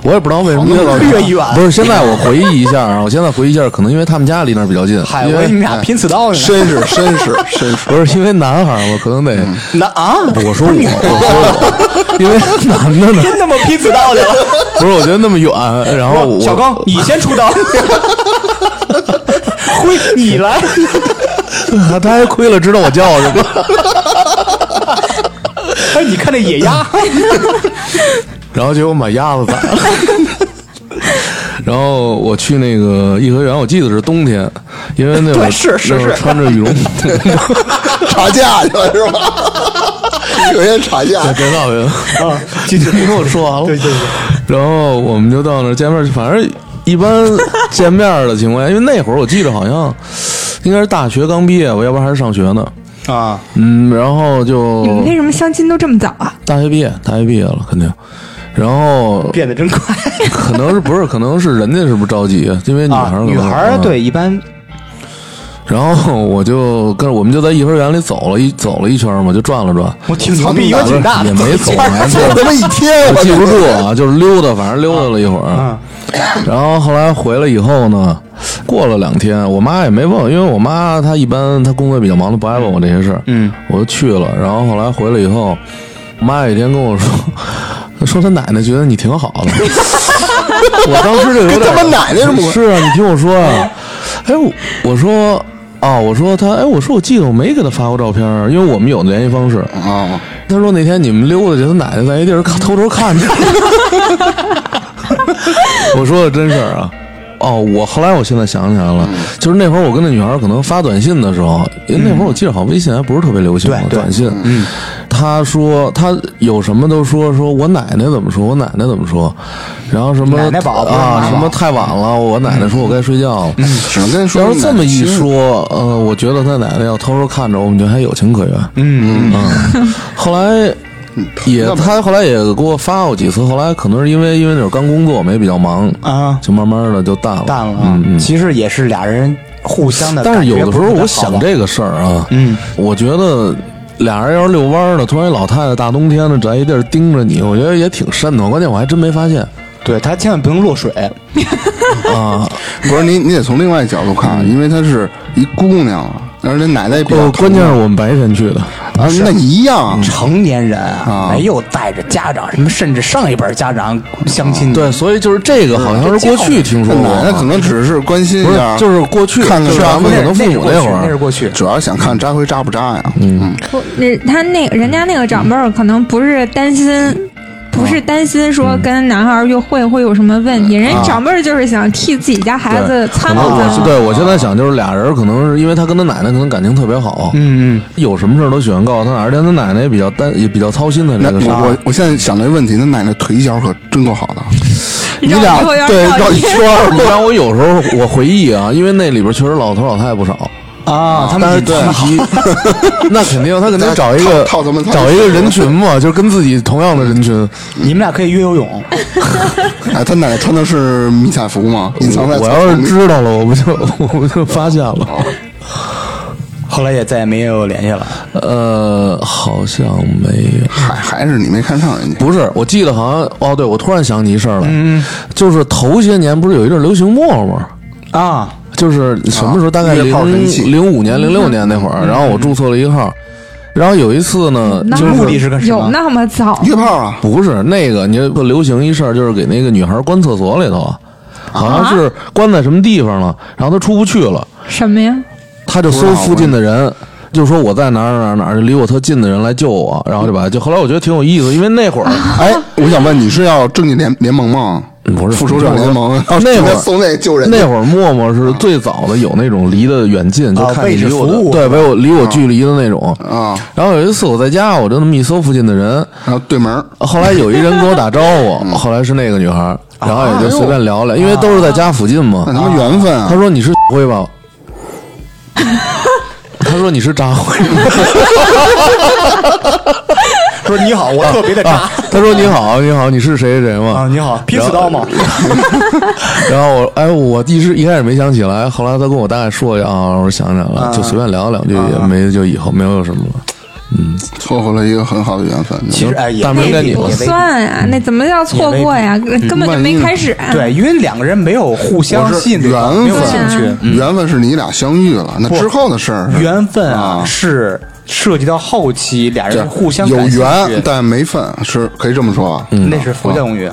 我也不知道为什么约到
越远
不是，现在我回忆一下啊，我现在回忆一下，可能因为他们家离那儿比较近，
嗨，我
因
以为
为
你们俩拼刺刀呢。
绅士，绅士，绅士。
[LAUGHS] 不是因为男孩儿嘛，可能得。
那啊，
我说我，我说我，因为男的呢，
真他妈拼刺刀去了！
不是我觉得那么远，然后我
小刚，你先出刀， [LAUGHS] 挥你来。
[LAUGHS] 他他还亏了，知道我叫什么。
哎，你看那野 [LAUGHS] 鸭，
[LAUGHS] 然后结果把鸭子宰了。 [LAUGHS] 然后我去那个颐和园，我记得是冬天，因为那会儿
对是是
那会儿
是
穿着羽绒服，
吵架去了是吧？
[LAUGHS]
有些吵架， [LAUGHS]
别闹别闹，
啊，继续
你跟我说完了。
对对对，
[LAUGHS] 然后我们就到那儿见面，反正一般见面的情况下，因为那会儿我记得好像应该是大学刚毕业吧，我要不然还是上学呢。
啊，
嗯，然后就
你们为什么相亲都这么早啊？
大学毕业，大学毕业了肯定。然后
变得真快
可能是不是，可能是人家是不是着急啊？因为女孩
啊
儿可！能
女孩儿
嗯
对一般
然后我就跟着我们就在颐和园里走了一走了一圈嘛，就转了转，
我挺牛逼，我挺大的，
也没
啊
[LAUGHS] 走
[LAUGHS]
完，就
他妈一天，
我
我
记不住啊，就是溜达，反正溜达了一会儿。 [COUGHS] 然后后来回来以后呢，过了两天，我妈也没问，因为我妈她一般她工作比较忙，她不爱问我这些事儿。
嗯，
我就去了。然后后来回来以后，我妈有一天跟我说， [LAUGHS] 她说她奶奶觉得你挺好的。我当时就有点
跟他妈奶奶是不是
是啊，你听我说啊，哎，我我说。啊，我说她，哎，我说我记得我没给她发过照片儿，因为我们有联系方式。
啊，
他说那天你们溜达去，他奶奶在一地儿看偷偷看
[LAUGHS]
着。我说的真事儿啊。哦，我后来我现在想起来了，
嗯
就是那会儿我跟那女孩儿可能发短信的时候，因为那会儿我记得好像微信还不是特别流行嘛，
嗯对对
短信。嗯，她说她有什么都说，说我奶奶怎么说，我奶奶怎么说，然后什么
奶奶宝不是嗯妈
啊
妈
什么
宝
太晚了，我奶奶说我该睡觉了。
只能跟说
要是这么一
奶奶
说，呃，我觉得他奶奶要偷偷看着我们，就还有情可原。嗯嗯。 [LAUGHS] 后来也
那，么
他后来也给我发过几次。后来可能是因为因为那会儿刚工作嘛，也比较忙，
啊，
就慢慢的就淡了。
淡了啊
嗯。嗯。
其实也是俩人互相的，
但是有的时候我想
这，
这个事儿啊，
嗯，
我觉得。俩人要是遛弯儿呢，突然一老太太大冬天的在一地儿盯着你，我觉得也挺瘆的。关键我还真没发现
对他千万不能落水，
啊。
不是你，你得从另外一角度看，因为她是一姑娘啊，而且奶奶也比较
呃，
疼
关键是我们白天去的，
啊，那一样
嗯
成年人
啊
没有带着家长，什么甚至上一辈儿家长相亲，啊
对，所以就是这个好像是过去听说
这
过啊，
奶奶可能只是关心
不
一
是
下，，
就是过去，
看看
就是
是吧
咱们可能
那
父
是
母
过去
会
那是
儿，
过去，
主要想看扎灰扎不扎呀。嗯，
不，那他那人家那个长辈儿可能不是担心。不是担心说跟男孩儿约会会有什么问题，人家长辈儿就是想替自己家孩子
可
参
能
谋参
我
谋。
对我现在想啊就是俩人可能是因为他跟他奶奶可能感情特别好，嗯嗯，有什么事儿都喜欢告诉他，而且他奶奶也比较担也比较操心的
那
这个啊事
我
儿。
我我现在想这问题，那奶奶腿脚可真够好的，啊你
绕
俩
一会儿
对
绕一
绕一圈儿，
你让我有时候我回忆啊，因为那里边确实老头老太太不少，
啊，他们
但是题 [LAUGHS] 那肯定他肯定找一个
套套咱们
找一个人群嘛，就是跟自己同样的人群。
你们俩可以约游
[LAUGHS]
泳，
哎，他奶奶穿的是迷彩服吗？隐藏在
我要是知道了，我不就我不就发现了。
后来也再也没有联系了。
呃，好像没有。
还还是你没看上人家，
不是，我记得好像哦，对，我突然想起一事儿来，
嗯
就是头些年不是有一阵流行陌陌，
啊，
就是什么时候？大概
约啊炮神
零
器嗯
零五年、零六年那会儿，然后我注册了一个号，然后有一次呢，
那
就
目的是干什么
有那么早？
约炮啊，
不是那个，你不流行一事儿，就是给那个女孩关厕所里头啊，好像是关在什么地方了，然后她出不去了，
什么呀？
她就搜附近的人。就说我在哪儿哪儿哪儿，离我特近的人来救我，然后就把就后来我觉得挺有意思，因为那会儿
哎，我想问，你是要正义联联盟吗？
不是
复仇者联盟，
那会儿
送那救人家，
那会儿陌陌是最早的有那种离得远近，就
啊
看你
位置
离我的
服务
对，为我离我距离的那种。
啊，
然后有一次我在家，我就那么一搜附近的人，
然后对门儿
后来有一人跟我打招呼，
嗯
后来是那个女孩儿，
啊
然后
哎
也就随便聊聊，因为
啊
都是在家附近嘛
那。他妈缘分啊
她！说你是灰吧？ [LAUGHS] 她说你是扎灰吗？
说你好，我特别的渣
[LAUGHS] 她说你好，你好，你是谁谁谁
啊，
吗？
你好，劈死刀吗？
然后我哎，我一时一开始没想起来，后来她跟我大概说一下啊，我说想起来了，就随便聊两句，也
啊
没就以后没有什么了。
错过了一个很好的缘分。
其实哎，也
大明该你
不
了
也未必
算呀，那怎么叫错过呀？根本就没开始啊。
对，因为两个人没有互
我
相
是
吸引对
缘
方，
分，
没有兴趣
对，
缘分是你俩相遇了，那之后的事儿是
缘分啊
啊
是涉及到后期俩
这
人互相嗯
有
感兴趣
缘，嗯啊但没分，是可以这么说吧？啊
那是佛教用语。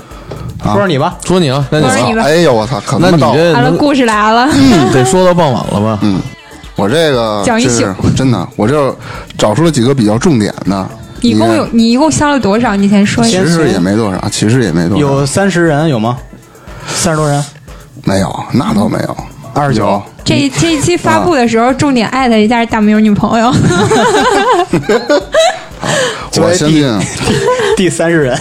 说说你吧，
说你啊，那你
不是你吧
哎呦我操，可
啊那嗯
他妈
你
到
这
好了，
能
故事来了。
得说到傍晚了吧？嗯，
我这个
讲一
这是真的，我这找出了几个比较重点的。
一共有
看
你一共消了多少？你先说一
其
下。
实也没多少，其实也没多少，
有三十人有吗？三十多人，
没有，那倒没有，
二十九
有
这这一期发布的时候，重点艾特一下大明儿女朋友。
我相信
第三十人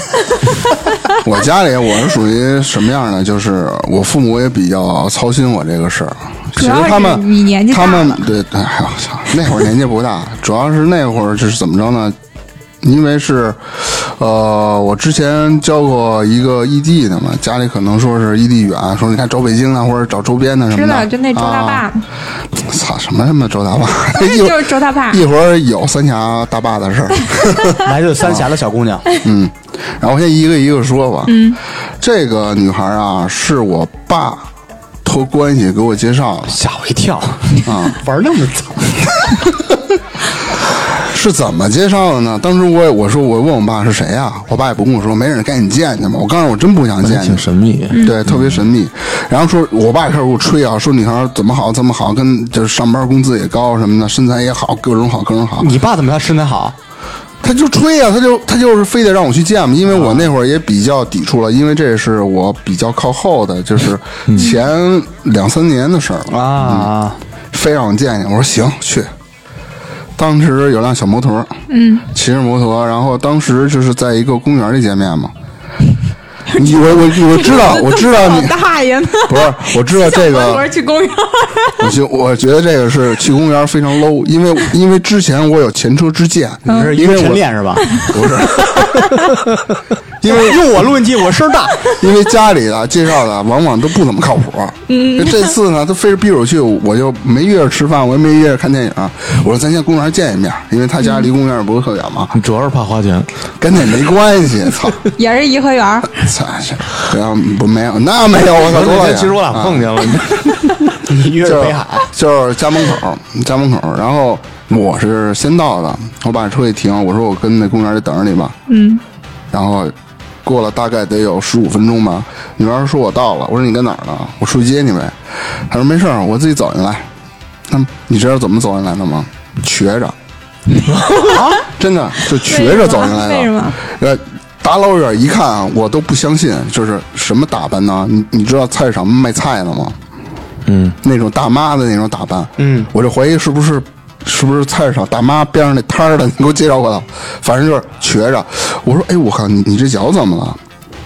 [LAUGHS]
我家里我是属于什么样呢？就是我父母也比较操心我这个事儿。其实他
主要是
们
你年纪大
他
了
们对，哎呦我操，那会儿年纪不大，主要是那会儿就是怎么着呢？因为是呃，我之前教过一个异地的嘛，家里可能说是异地远，说你看找北京啊，或者找周边的什么
[LAUGHS] 知
的。
道就那周大
啊
坝，
操、什么他妈周大
[LAUGHS]
坝？一会
就
儿
是周大坝。
一会儿有三峡大坝的事儿。
来自三峡的小姑娘，
嗯，然后我先一个一个说吧。嗯，这个女孩啊，是我爸托关系给我介绍的。
吓我一跳啊！ [LAUGHS] 玩那么早，
是怎么介绍的呢？当时我也我说我问我爸是谁呀、我爸也不跟我说，没人赶紧见去嘛。我告诉我真不想见
挺
你。
神秘。
对，特别神秘。然后说，我爸也开始给我吹啊，说女孩怎么好怎么好，跟就是上班工资也高什么的，身材也好，各种好各种好。
你爸怎么样？身材好？
他就吹啊，他就他就是非得让我去见嘛，因为
啊
我那会儿也比较抵触了，因为这是我比较靠后的，就是
嗯
前两三年的事儿了，
啊，
非让我见见。我说行，去。当时有辆小摩托，嗯，骑着摩托，然后当时就是在一个公园里见面
[LAUGHS]
嘛。你我我我知道，我知道
老
你
大爷呢？
[LAUGHS] 不是，我知道这
小
个
摩，托去公园，
[LAUGHS] 我觉我觉得这个是去公园非常 low，因为因为之前我有前车之鉴，
你是一
嗯因为
个
我
晨练是吧？
[LAUGHS] 不是。
[LAUGHS] 因为用我录音机，我声儿大。
因为家里啊介绍的往往都不怎么靠谱。嗯，这次呢，他非是逼着我去，我就没约着吃饭，我也没约着看电影。啊我说咱先公园见一面，因为他家离公园也不是特远嘛，
你主要是怕花钱，
跟那没关系。操，
也是颐和园。
操，不要不没有，那没有，哎我操，
[LAUGHS]
多少
其实我俩碰见了，
[LAUGHS] 你约着
就
北海，
就是家门口，家门口，然后我是先到的，我把车一停，我说我跟那公园里等着你吧，
嗯，
然后过了大概得有十五分钟吧，女孩说我到了，我说你在哪儿呢？我出去接你呗。她说没事儿，我自己走进来。那么你知道怎么走进来的吗？
[LAUGHS]
瘸着，啊，真的就瘸着走进来的。
为什么？
呃，打老远一看啊，我都不相信，就是什么打扮呢？你你知道菜市场卖菜的吗？嗯，那种大妈的那种打扮，嗯，我就怀疑是不是是不是菜市场大妈边上那摊儿的，你给我介绍过来，反正就是瘸着。我说，哎，我靠，你你这脚怎么了？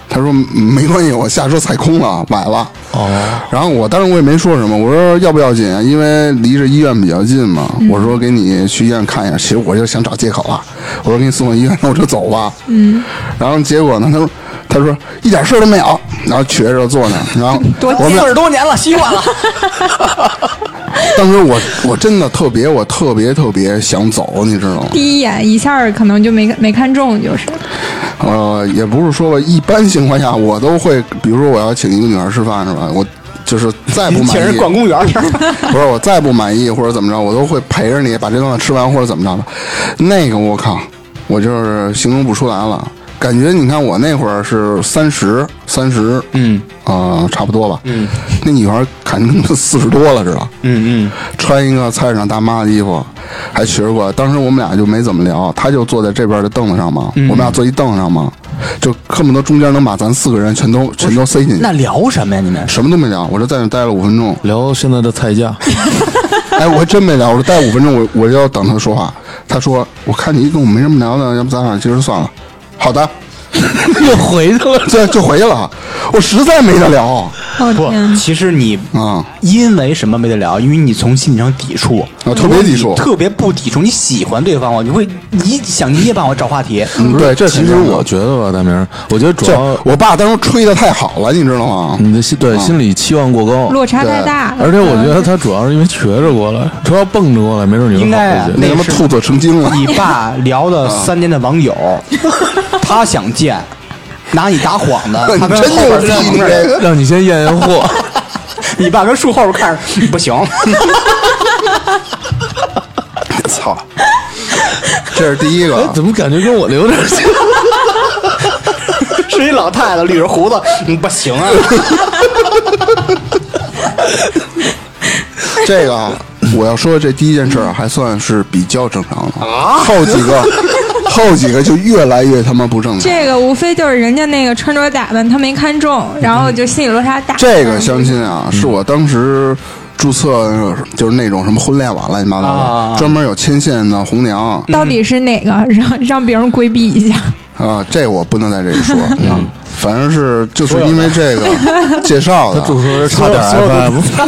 他说没关系，我下车踩空了，崴了。哦，然后我当时我也没说什么，我说要不要紧啊？因为离着医院比较近嘛。我说给你去医院看一下，其实我就想找借口了。我说给你送到医院，那我就走吧。嗯，然后结果呢？他说他说一点事儿都没有，然后瘸着坐那儿，然后我们俩
四十多年了，习
[LAUGHS]
惯了。
当时我我真的特别，我特别特别想走，你知道吗？
第一眼一下儿可能就没没看中，就是
呃，也不是说吧，一般情况下我都会，比如说我要请一个女孩吃饭是吧？我就是再不
你
满
请人
意，
逛公园去，
[LAUGHS] 不是我再不满意或者怎么着，我都会陪着你把这顿饭吃完或者怎么着的。那个我靠，我就是形容不出来了，感觉你看我那会儿是三十三十，嗯啊、差不多吧，嗯，那女孩肯定都四十多了似的，
嗯嗯，
穿一个菜市场大妈的衣服，还学过来。当时我们俩就没怎么聊，他就坐在这边的凳子上嘛，我们俩坐一凳子上嘛，就恨不得中间能把咱四个人全都全都塞进去
那。聊什么呀？你们
什么都没聊，我就在那待了五分钟。
聊现在的菜
[LAUGHS]
价，
[LAUGHS] 哎，我还真没聊，我待五分钟，我我就要等他说话。他说：“我看你跟我没什么聊的，要不咱俩今儿算了。”好的，
又回去了。
这就回去了。我实在没得聊啊、
哦天，
其实你
嗯
因为什么没得聊？因为你从心理上抵触，
啊特别抵触
你特别不抵触。你喜欢对方，你会你想你也帮我找话题。
嗯对，这
其实我觉得吧，大明儿，我觉得主
这
要
我爸当时吹的太好了，你知道吗？
嗯
你的心
嗯
对心理期望过高，
落差嗯太大了。
而且我觉得他主要是因为瘸着过来，他要蹦着过来，没准你会
应该
好
啊
一些。
那他妈
是
吐嘴成精了。
[LAUGHS]
[LAUGHS]
你爸聊了
嗯
三年的网友，他想见，拿你打幌子，他
[LAUGHS] 你
跟
真
后
牛
边看
逼！你
着
这个
让你先验验
[LAUGHS]
货，
你爸跟树后边看着，不行， [LAUGHS]
操！这是第一
哎
个，
怎么感觉跟我的有点像？
是一老太太捋着胡子，嗯不行
[LAUGHS]
啊。
这个啊我要说这第一件事儿还算是比较正常的，
啊
后几个后几个就越来越他妈不正常。
这个无非就是人家那个穿着打扮他没看中，然后就心理落差大。嗯
这个相亲
嗯
啊，是我当时注册就是那种什么婚恋网乱七八糟
啊嗯
的，专门有牵线的红娘
到底是哪个 [LAUGHS] 让让别人规避一下？
啊，这我不能在这里说
嗯
啊。反正是就是因为这个介绍的，
主持人差点
所有的
FM，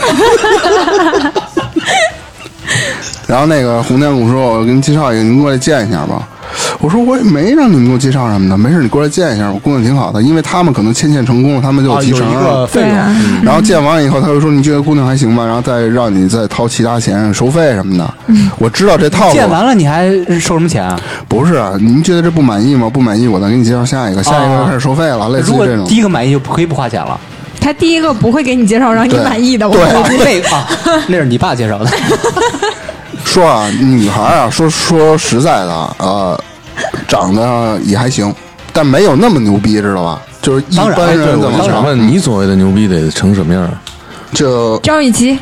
然后那个红娘跟我说：“我给你介绍一个，您过来见一下吧。”我我说我也没让你们给我介绍什么的，没事，你过来见一下，我工作挺好的，因为他们可能牵线成功了，他们就
啊，
提
有
成
一
了。
个费
对
用，
啊，
然后见完以后，他就说你这个姑娘还行吧，然后再让你再掏其他钱收费什么的。我知道这套路啊
见完了你还收什么钱啊？
不是，您觉得这不满意吗？不满意，我再给你介绍下一个，下一个
啊
就开始收费了，类似
如
于
果
呃这种
第。一个满意就可以不花钱了。
他第一个不会给你介绍让你
对
满意的，我
对
估
啊
计
那个啊，那是你爸介绍
[LAUGHS]
的。
说啊，女孩啊，说说实在的，呃，长得也还行，但没有那么牛逼，知道吧？就是一
当然
般
对
人
我
怎么
我
当然
想
想？啊
问你所谓的牛逼得成什么样？
就
张雨绮、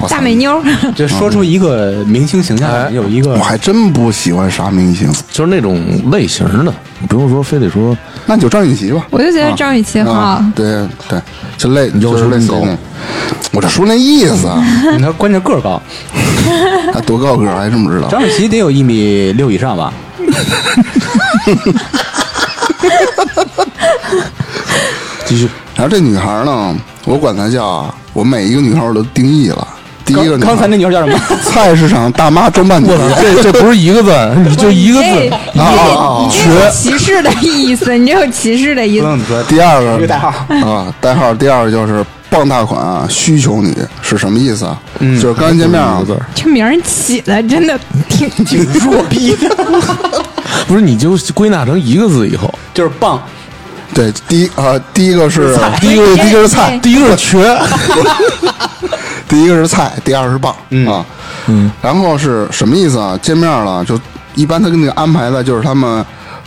我操
大美妞， [LAUGHS]
就说出一个明星形象，
哎
有一个
我还真不喜欢啥明星，
就是那种类型的，不用说非得说
那你就张雨绮吧。
我就觉得张雨绮好
啊，，对对，就类就是类
有
似于
时候那
那种，我这说那意思啊，
你看，关键个儿高，
他多高个儿 [LAUGHS] 还真不知道。
张雨绮得有一米六以上吧？
继续，然后这女孩呢，我管她叫啊，我每一个女孩我都定义了，第一个
刚
女孩
刚才那女孩叫什么？
[LAUGHS] 菜市场大妈装扮女
我
孩
操，， [LAUGHS] 这这不是一个字，你就一个
你这
字，
你
啊
这你这有歧视的意思，你这有歧视的意思。
你说
第二个
一个代号
啊，代号第二个就是傍大款、啊、需求女是什么意思啊？就是刚见面啊
一个字儿，
这名儿起的真的挺
挺 [LAUGHS] 弱
[LAUGHS]
逼的，
不是你就归纳成一个字以后，
就是棒。
对，第一啊，第一个是第一个
哎
第一个是
哎
菜，
第一个是瘸，
第一个是菜，第二是棒啊，嗯，然后是什么意思啊？见面了就一般他给你安排的就是他们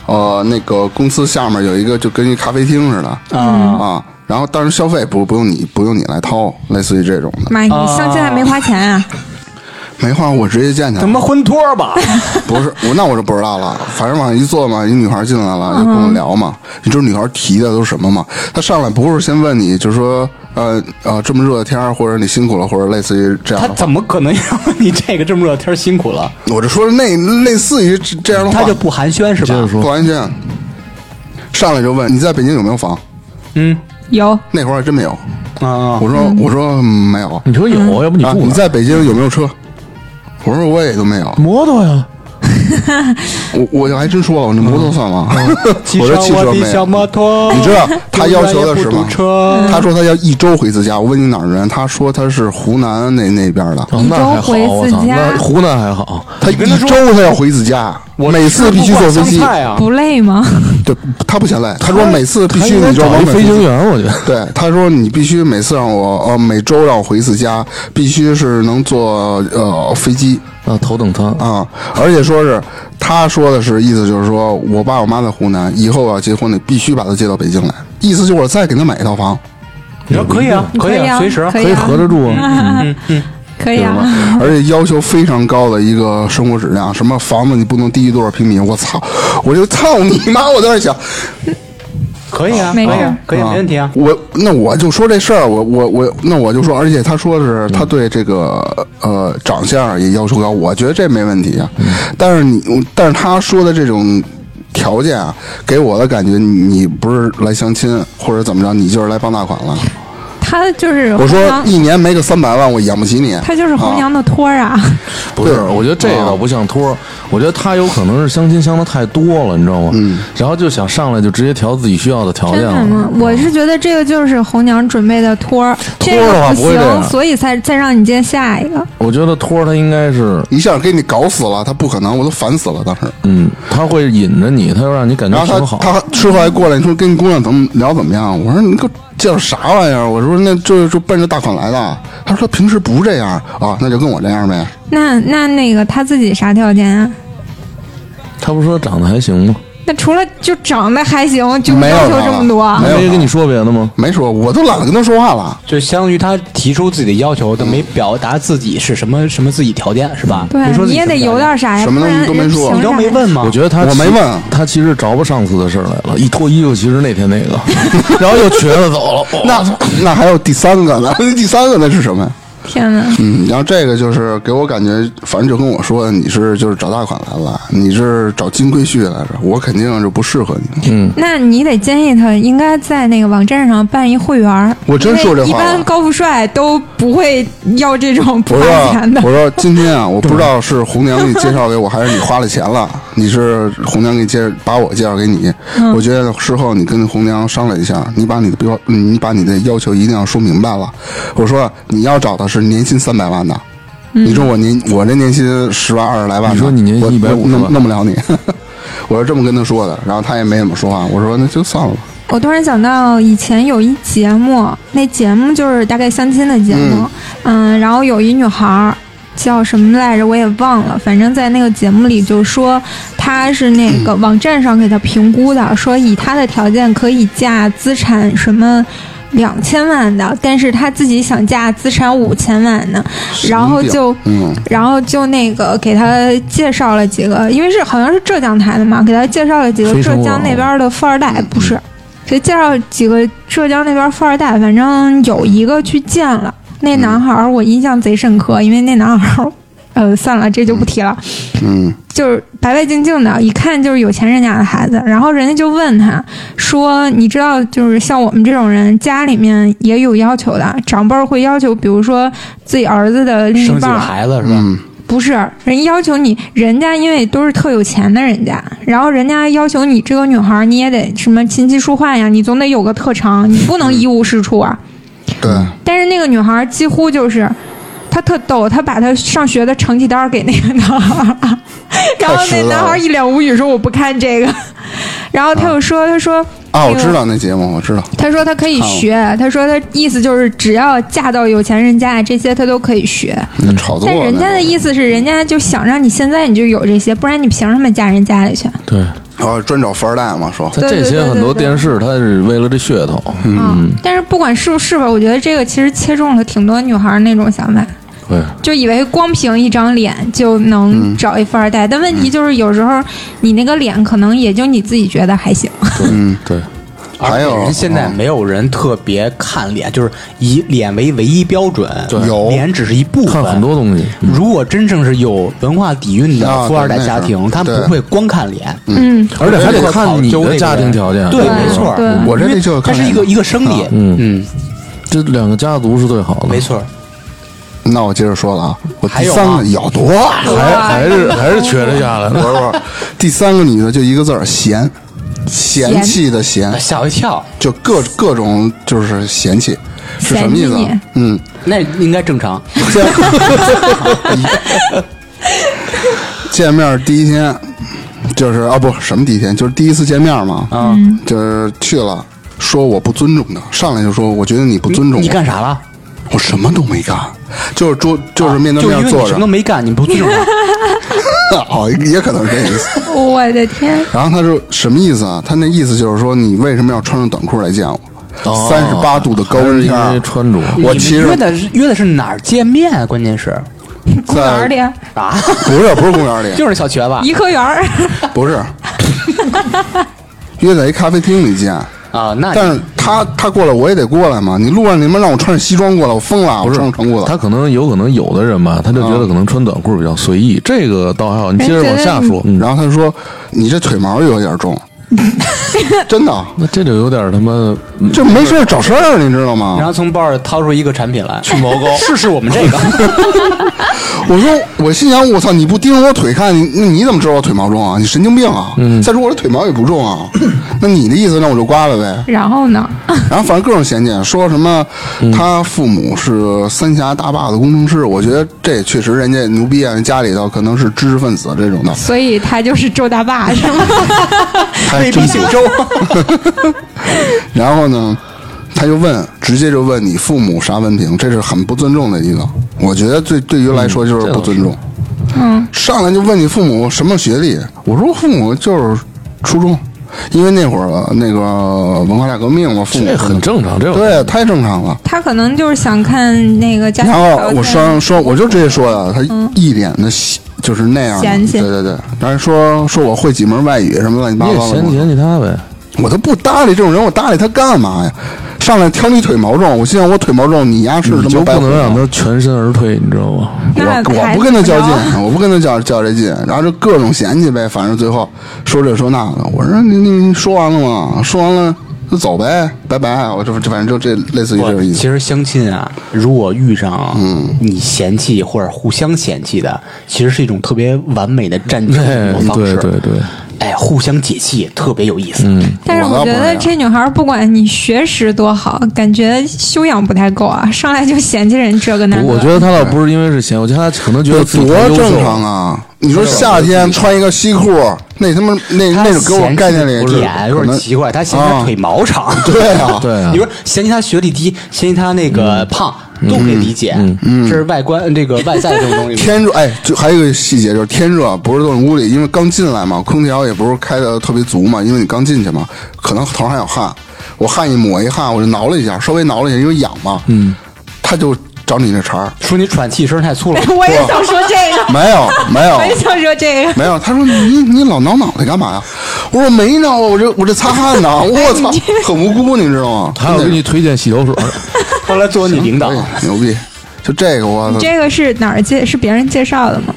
呃那个公司下面有一个就跟一咖啡厅似的啊，然后当然消费不不用你不用你来掏，类似于这种的，
妈，你相亲还没花钱啊？
没话我直接见去
他妈婚托
[LAUGHS]
吧？
不是我，那我就不知道了。反正往上一坐嘛，一女孩进来了，就跟我聊嘛。你知道女孩提的都是什么吗？她上来不是先问你，就说呃呃，这么热的天儿，或者你辛苦了，或者类似于这
他
样的话。
怎么可能让 [LAUGHS] 你这个这么热天儿辛苦了？
我就说那类似于这这样的话，
他就不寒暄是吧？
就是说
不完全。上来就问你在北京有没有房？
嗯
有，
那会儿还真没有。
啊，
我说我说嗯没有。
你说
嗯
有，要不你
啊，
不
你
呢
在北京有没有车？我说我也都没有。
摩托呀，
我我就还真说了，我那摩托算吗？ [LAUGHS]
骑
我
上
说汽车
我
没
的小
有。
摩托，
你知道他要求的是
不堵
吗？
车，
他说他要一周回自家。我问你哪儿人，他说他是湖南那那边的。
哦那还好，
一周
我
回
操，
自家
那湖南还好，
他一
跟他
周
说
他要回自家，每次必须坐飞
吃
机
不。惯香菜啊，
不累吗？
对，他不嫌累。他说每次 [LAUGHS] 必
他
须
应该
你就
找
往
一
北
飞
京
行员，我觉得。
对，他说你必须每次让我呃每周让我回一次家，必须是能坐呃飞机
啊，头等舱
啊、而且说是他说的是意思就是说我爸我妈在湖南，以后我要结婚你必须把他接到北京来，意思就是我再给他买一套房，
你说可以啊，以
以啊，
随时啊
可
可以
啊
合得住啊。
[LAUGHS] 可以
对吧
啊。？
而且要求非常高的一个生活质量，什么房子你不能低于多少平米，我操，我就操你妈！我在那想，
可以啊，可
没
以
事
啊，可以啊，没问题啊。
我那我就说这事儿，我我我，那我就说，而且他说的
嗯
是他对这个呃长相也要求高，我觉得这没问题啊。
嗯
但是你，但是他说的这种条件啊，给我的感觉，你你不是来相亲或者怎么着，你就是来傍大款了。
他就是
我说
红娘
一年没个三百万，我养不起你。
他就是红娘的托儿啊，
不是，
对啊
我觉得这个倒不像托儿，我觉得他有可能是相亲相的太多了，你知道吗？
嗯
然后就想上来就直接调自己需要的条
真
件
的吗
了。？
我是觉得这个就是红娘准备的托儿，
托
这
儿的
个
话
不
不会这
行，
样
所以才再让你接下一个。
我觉得托儿他应该是，
一下给你搞死了，他不可能，我都烦死了当时。
嗯，他会引着你，他又让你感觉
然后
挺
他
好。
他吃后来过来，你说跟你姑娘怎么聊怎么样？我说你给我介绍啥玩意儿？我说那就就奔着大款来的。他说他平时不这样啊，那就跟我这样呗。
那那那个他自己啥条件啊？
他不是说长得还行吗？
那除了就长得还行，就
没有
要求
了
这么多啊
没
他
有啊
没跟你说别的吗？
没说，我都懒得跟他说话了。
就相当于他提出自己的要求，但没表达自己是什么什么自己条件，是吧？没说
对，啊
自
你
己
也得
什么
有
条件，
点啥呀，
什么
不
东西
然
都没
人
说
凭
你都
啥
没
呀
问吗？
我啊觉得他
我
其
没问
他其实找不上次的事儿来了，一脱衣服其实那天那 [LAUGHS] 个，然后又瘸了走了。
[LAUGHS] 那那还有第三个呢？第三个那是什么呀？
天哪！
嗯，然后这个就是给我感觉，反正就跟我说的，你是就是找大款来了，你是找金龟婿来着，我肯定就不适合你。嗯，
那你得建议他应该在那个网站上办一会员儿。
我真说这
因为
话
一
了
般高富帅都不会要这种不
我
花钱的
说，我。说今天啊，我不知道是红娘给你介绍给我，还是你花了钱
[LAUGHS]
了。你是红娘给你介把我介绍给你，
嗯
我觉得事后你跟红娘商量一下，你把你的标，你把你的要求一定要说明白了。我说你要找的是年薪三百万的。你说我年我这年薪十万二十来万
嗯
的，
你说你年薪
我
150
我弄
万
弄不了你， [LAUGHS] 我是这么跟他说的，然后他也没怎么说话，我说那就算了吧。
我突然想到以前有一节目，那节目就是大概相亲的节目，嗯然后有一女孩儿叫什么来着，我也忘了，反正在那个节目里就说她是那个网站上给她评估的，说以她的条件可以嫁资产什么。两千万的，但是她自己想嫁资产五千万的，然后就
嗯，
然后就那个给他介绍了几个，因为是好像是浙江台的嘛，给他介绍了几个
非诚
浙
勿扰
江
啊
那边的富二代，
嗯
不是，给介绍几个浙江那边富二代，反正有一个去见了那
嗯
男孩，儿，我印象贼深刻，因为那男孩，儿，呃，算了，这就不提了，
嗯，
就是白白净净的，一看就是有钱人家的孩子。然后人家就问他说：“你知道，就是像我们这种人，家里面也有要求的，长辈儿会要求，比如说自己儿子的另
生
一
几
半
个
儿。”
孩子是吧？
不是，人要求你，人家因为都是特有钱的人家，然后人家要求你这个女孩儿，你也得什么琴棋书画呀，你总得有个特长，你不能一无是处啊。
嗯
对，
但是那个女孩儿几乎就是，她特逗，她把她上学的成绩单儿给那个男孩儿， [LAUGHS] 然后那男孩儿一脸无语说我不看这个，然后他又说，他说
啊，我
那个
知道那节目，我知道，
他说他可以学，他说他意思就是只要嫁到有钱人家，这些他都可以学。
嗯
那炒作
但
呢。
人家的意思是，人家就想让你现在你就有这些，不然你凭什么嫁人家里去？啊
对，
哦，专找富二代嘛，说
他
对
这
对
些
对
很多
对
电视，他是为了这噱头，
嗯，但是不管是不是吧，我觉得这个其实切中了挺多女孩儿那种想法，
对，
就以为光凭一张脸就能
嗯
找一富二代，但问题就是有时候你那个脸可能也就你自己觉得还行。 [LAUGHS]
嗯，对，
还有
而且人现在
嗯
没有人特别看脸，就是以脸为唯一标准，
有
脸只是一部分，
看很多东西，
如果真正是有文化底蕴
啊
的富二代
对那
家
是
庭，他
对
不会光看脸，
嗯，
而且还得
要考
看你
究那
的
个
家庭
人
条件，嗯
对，
吧
没错嗯
对，
我这
因为
里就有
它
看
是一
脸
个
的
一个生理
啊，
嗯
嗯，
这两个家族是最好的，
没错，
那我接着说了啊，我
还
第
有
三
吗
个有多啊？
[LAUGHS]
还还是还是瘸着下来
不
的。
是不是，第三个女的就一个字儿嫌，嫌弃的嫌，
哎吓我一跳，
就各各种就是嫌弃，是什么意思
嫌弃你
啊？ [LAUGHS] 嗯，
那应该正常，
见面第一天就是啊不什么第一天，就是第一次见面嘛，嗯，就是去了。说我不尊重他，上来就说我觉得你不尊重
你
我，
干啥了？
我什么都没干，就是桌就是面对
哦就因为
面
你
坐
什
着
么都，没干，你不尊重他，
[LAUGHS] 哦，也可能是这意思。
我的天，
然后他说什么意思啊？他那意思就是说，你为什么要穿着短裤来见我？三十八度的高
哦还是
温天
因
儿
为，穿着，
我
你们
其实
约的是约的是哪儿见面啊？关键是
公园儿里
啊，
不是不是公园
[LAUGHS]
里，
就是小瘸吧？
颐和园儿， [LAUGHS]
不是，约在一咖啡厅里见。
啊，那
但是他他过来我也得过来嘛，你路上你们让我穿着西装过来，我疯了，我
不是
穿着长裤子。
他可能有可能有的人吧，他就觉得可能穿短裤比较随意，这个倒还好。你接着往下说，嗯
然后他说你这腿毛有点重，真的，
那这就有点他妈嗯
就没事找事儿，你知道吗？
[LAUGHS]
然后从包里掏出一个产品来，去 [LAUGHS] 毛膏，试试我们这
[LAUGHS]
个。
我说，我心想，我操，你不盯着我腿看，你那你怎么知道我腿毛重啊？你神经病啊！再说我的腿毛也不重啊，那你的意思让我就刮了
[LAUGHS]
呗。
然后呢？
然后反正各种嫌弃，说什么他父母是三峡大坝的工程师，我觉得这确实人家牛逼啊，人家里头可能是知识分子这种的，
所以他就是周大爸是吗？ [LAUGHS]
还真姓周。 [LAUGHS] 然后呢，他就问，直接就问你父母啥文凭，这是很不尊重的一个。我觉得对对于来说就是不尊重。嗯，上来就问你父母什么学历，我说我父母就是初中，因为那会儿那个文化大革命嘛，父母
这很正常，这有
对，太正常了。
他可能就是想看那个家庭
然
条
后
件
我说说，我就直接说啊的，他一脸的喜就是那样的，
嗯嫌弃
对对对。然后说说我会几门外语什么乱七八
你也
糟的，
嫌弃嫌弃他呗。
我都不搭理这种人，我搭理他干嘛呀？上来挑你腿毛重，我心想我腿毛重，你丫是
你
他
就
妈白
不
活
能让
吗
他全身而退，你知道吗？
那
我我
还
不跟他较
怎么着
劲，我不跟他较较这劲，然后就各种嫌弃呗，反正最后说这说那的。我说你你你说完了吗？说完了就走呗，拜拜。我这反正就这类似于这
不
个意
其
思。嗯
实相亲啊，如果遇上啊你嫌弃或者互相嫌弃的，其实是一种特别完美的占据
哎
的一种方
对
式。
对对，
哎，互相解气特别有意思。
但是
我倒
我觉
不是
得这女孩儿不管你学识多好，感觉修养不太够啊，上来就嫌弃人这个那
不
个。
我觉得他倒不是因为是嫌，我觉得他可能觉得自己特
多
优秀
正常啊！你说夏天穿一个西裤，那他妈那那种给我概念里
他嫌
是
弃
可
点有
能
点奇怪，他嫌弃他
啊
腿毛长。
[LAUGHS] 对
[LAUGHS]
啊，嗯
对啊
你说嫌弃他学历低，嫌弃他那个胖，都可以理解，这是外观这个外在这种东西。
天热，哎，就还有一个细节就是天热，不是都是屋里，因为刚进来嘛，空调也不是开的特别足嘛，因为你刚进去嘛，可能头上还有汗，我汗一抹一汗，我就挠了一下，稍微挠了一下，因为痒嘛，嗯，他就找你那茬儿，
说你喘气声太
[LAUGHS]
粗了，
[LAUGHS] 我也想说这个，
没有没有
我也想说这个。
没有，他说你你老挠脑袋干嘛呀？我说没挠啊，我这我这擦汗呢，我操，很无辜，你知道吗？
还有给
真的
你推荐洗头水，
[LAUGHS]
后来做你领导，
哎牛逼，就这个我操，
这个是哪儿介？是别人介绍的吗？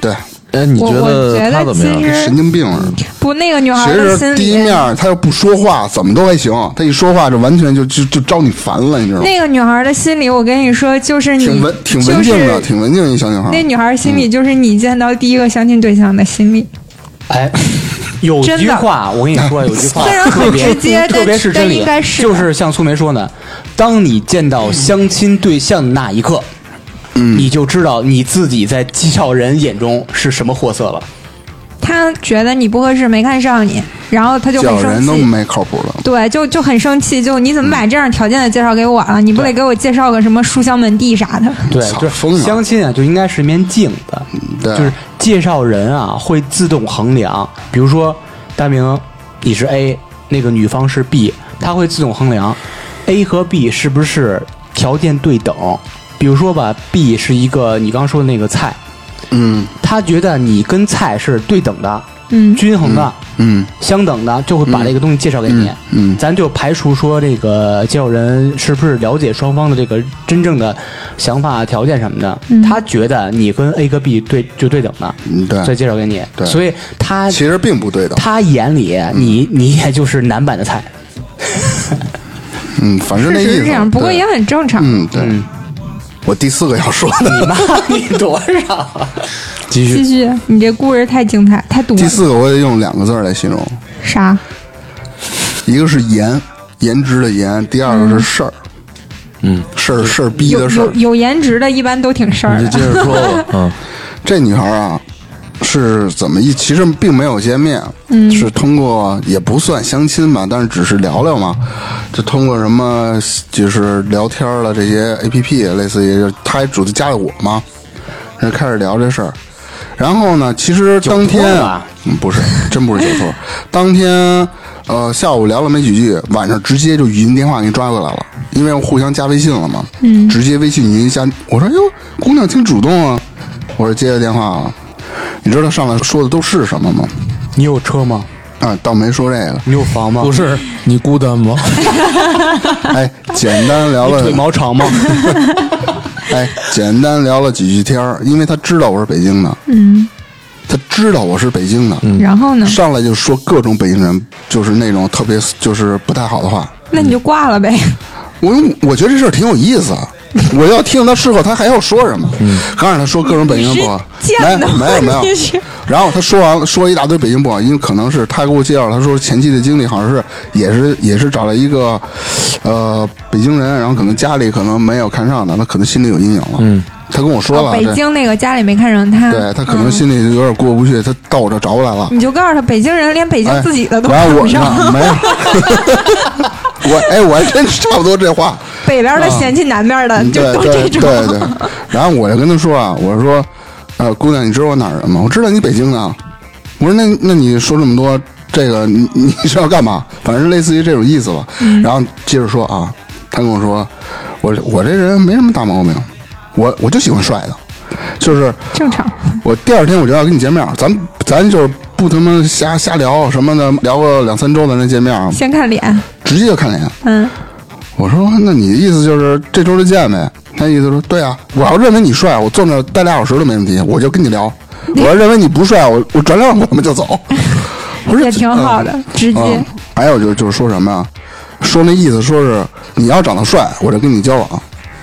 对，
哎，你
我
觉
我觉
得他
得
怎么样
其？实
神经病似的。
不，那个女孩
其
儿的啊心
实
理，
第一面他要不说话，怎么都还行。他一说话，就完全就就就招你烦了，你知道吗？
那个女孩儿的心理，我跟你说，就是你
挺文挺文静的，嗯
就是
挺文静的一小女孩
那。女孩儿心理就是你见到第一个相亲对象的心理，
哎，有
真
句
的
话我跟你说，有句话
虽然很
特别
直接但
特别是真
但
理
应该，是的
就是像苏梅说的，当你见到相亲对象的那一刻，
嗯
你就知道你自己在介绍人眼中是什么货色了。
她觉得你不合适，没看上你，然后她就
叫
很生
人都
气。
没靠谱的，
对，就就很生气，就你怎么把这样条件的介绍给我啊
嗯
了？你不得给我介绍个什么书香门第啥的？
对，
操
就
疯
是
了
相亲啊，就应该是一面镜子，
嗯对
就是介绍人啊会自动衡量，比如说大明你是 A，那个女方是 B，他会自动衡量 A 和 B 是不是条件对等。比如说吧，B 是一个你刚说的那个菜，
嗯
他觉得你跟菜是对等的、
嗯，
均衡的、
嗯
相等的，就会把这个东西介绍给你。
嗯嗯，
咱就排除说这个介绍人是不是了解双方的这个真正的想法、条件什么的，
嗯
他觉得你跟 A 跟 B 对就对等的，
嗯
再
对，
介绍给你，
对
所以
呃
他
其实嗯并不对的。
他眼里你你也就是男版的
[LAUGHS]
菜，
嗯，反正
事
那
实
意
是
思。
这样，不过
对
也很正常。
嗯对。我第四个要说的， [LAUGHS]
你妈你多少啊？
继续
继续，你这故事太精彩，太毒
第
了。
四个我得用两个字儿来形容，
啥？
一个是颜，颜值的颜；第二个是事儿，
嗯，
事儿事儿逼
有
的事儿
有。有颜值的，一般都挺事儿
你就
的
接。着说
[LAUGHS]
吧。嗯，
这女孩啊，是怎么一？其实并没有见面，
嗯
是通过也不算相亲吧，但是只是聊聊嘛，就通过什么就是聊天儿了这些 A P P，类似于她还主动加了我嘛，然后开始聊这事儿。然后呢，其实当天
酒托吧
嗯，不是，真不是酒托。当天，呃，下午聊了没几句，晚上直接就语音电话给你抓过来了，因为互相加微信了嘛。嗯，直接微信语音加。我说哟，姑娘挺主动啊。我说接了电话了，你知道上来说的都是什么吗？
你有车吗？。
啊，倒没说这个
你有房吗
不？是你孤单吗？
哎，简单聊
你
了
腿，毛长吗？
哎，简单聊了几句天儿，因为他知道我是北京的，
嗯，
他知道我是北京的，
然后呢？
上来就说各种北京人就是那种特别就是不太好的话。
那你就挂了呗。
我我觉得这事儿挺有意思
[LAUGHS]
啊，我要听他事后他还要说什么。刚开始他说各种北京不好，
嗯你是
没
贱的
没有没有
你是。
然后他说完了，说一大堆北京不好，因为可能是他给我介绍，他说前期的经历好像是也是也是找了一个呃北京人，然后可能家里可能没有看上的，他可能心里有阴影了。嗯，他跟我说了，
哦北
这
京那啊个家里没看上他，
对他可能心里有点过不去，他到我这找我来了。
你就告诉他，北京人连北京
哎，
自己的都
然
看
后我
不上，
啊没
[LAUGHS]
有，我哎，我还真是差不多这话。
北边的嫌弃南边的，
嗯
啊就
对
都
对
这
对
种。
对。然后我就跟他说啊，我说，呃，姑娘，你知道我哪儿人吗？我知道你北京的。啊我说那那你说这么多，这个你你是要干嘛？反正类似于这种意思吧。
嗯
然后接着说啊，他跟我说，我我这人没什么大毛病，我我就喜欢帅的，就是
正常，
我第二天我就要跟你见面，咱咱就是不他妈瞎瞎聊什么的，聊个两三周咱再见面，
[LAUGHS] 先看脸，
直接就看脸。
嗯，
我说那你的意思就是这周就见呗？他意思说对啊，我要认为你帅，我坐那儿待俩小时都没问题，我就跟你聊；我要认为你不帅，我我转脸我们就走。 [LAUGHS] 不是
也挺好的，直接、
嗯，还有就就是说什么呀？说那意思说是你要长得帅，我就跟你交往。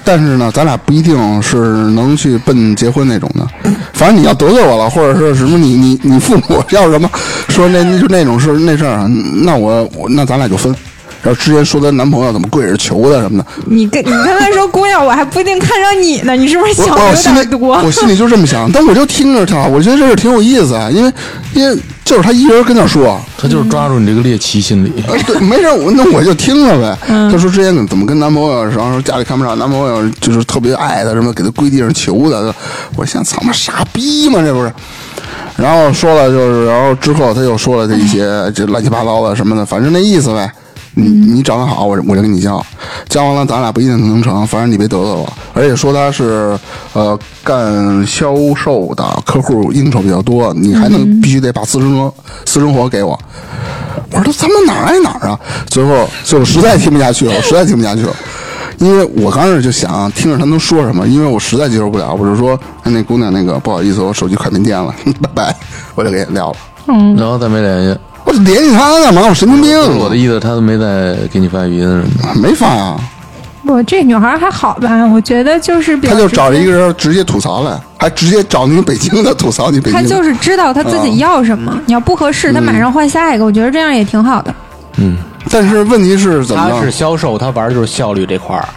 但是呢，咱俩不一定是能去奔结婚那种的。反正你要得罪我了，或者是什么你你你父母要什么说那那就那种事那事儿，啊那我我那咱俩就分。然后之前说她男朋友怎么跪着求她什么的，
你跟你刚才说姑娘，我还不一定看上你呢，你是不是
我哦我心
想的有点
里
多？
我
[LAUGHS]
心里就这么想，但我就听着她，我觉得这事儿挺有意思啊，因为因为就是她一人跟那说，
他就是抓住你这个猎奇心理。
呃，对，没事，我那我就听了呗。她说之前怎么跟男朋友，然后说家里看不上男朋友，就是特别爱她，什么给她跪地上求她。我想，操妈傻逼嘛，这不是？然后说了就是，然后之后她又说了这一些这乱七八糟的什么的，反正那意思呗。你你长得好，我就我就跟你交，交完了咱俩不一定能成，反正你别得罪我。而且说她是呃干销售的，客户应酬比较多，你还能必须得把私生活私生活给我。我说他们哪儿爱哪儿啊？最后最后实在听不下去了，我实在听不下去了，因为我刚开始就想听着他能说什么，因为我实在接受不了，我就说哎那姑娘那个不好意思，我手机快没电了， [LAUGHS] 拜拜，我就给撂了。
嗯
然后再没联系。
我联系他干嘛？我神经病！
我的意思，他都没再给你发语音什么的。
没法啊，
我这女孩还好吧？我觉得就是比较
他就找了
直接
一个人直接吐槽来，还直接找你北京的吐槽你北京
他
的。
就是知道他自
啊
己要什么，你要不合适，他
嗯
马上换下一个。我觉得这样也挺好的。
但是问题是 [LAUGHS] 怎么嗯
他是
着？
销售，他玩的就是效率这块儿，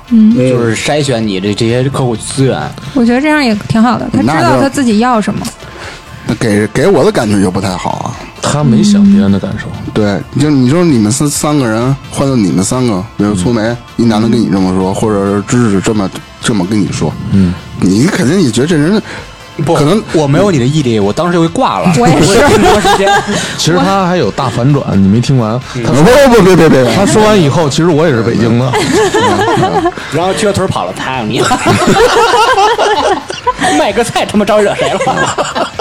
就是筛选你这这些客户资源。
我觉得这样也挺好的，他知
那
道
就
他自己要什么。
那给给我的感觉就不太好啊。
他没想别人的感受，
嗯
对，你就你说你们三三个人，换做你们三个，比
嗯
如粗梅，一男的跟你这么说，或者是知识这么这么跟你说，嗯，你肯定也觉得这人
不
可能
我没有你的毅力，我当时就会挂了。
我也是
这么长时间，
其实他还有大反转，你没听完。他
不嗯不不别别别，
他说完以后，其实我也是北京的。
[LAUGHS] 然后撅腿跑了，啪你！ [LAUGHS] 卖个菜他妈招惹谁 [LAUGHS] 了？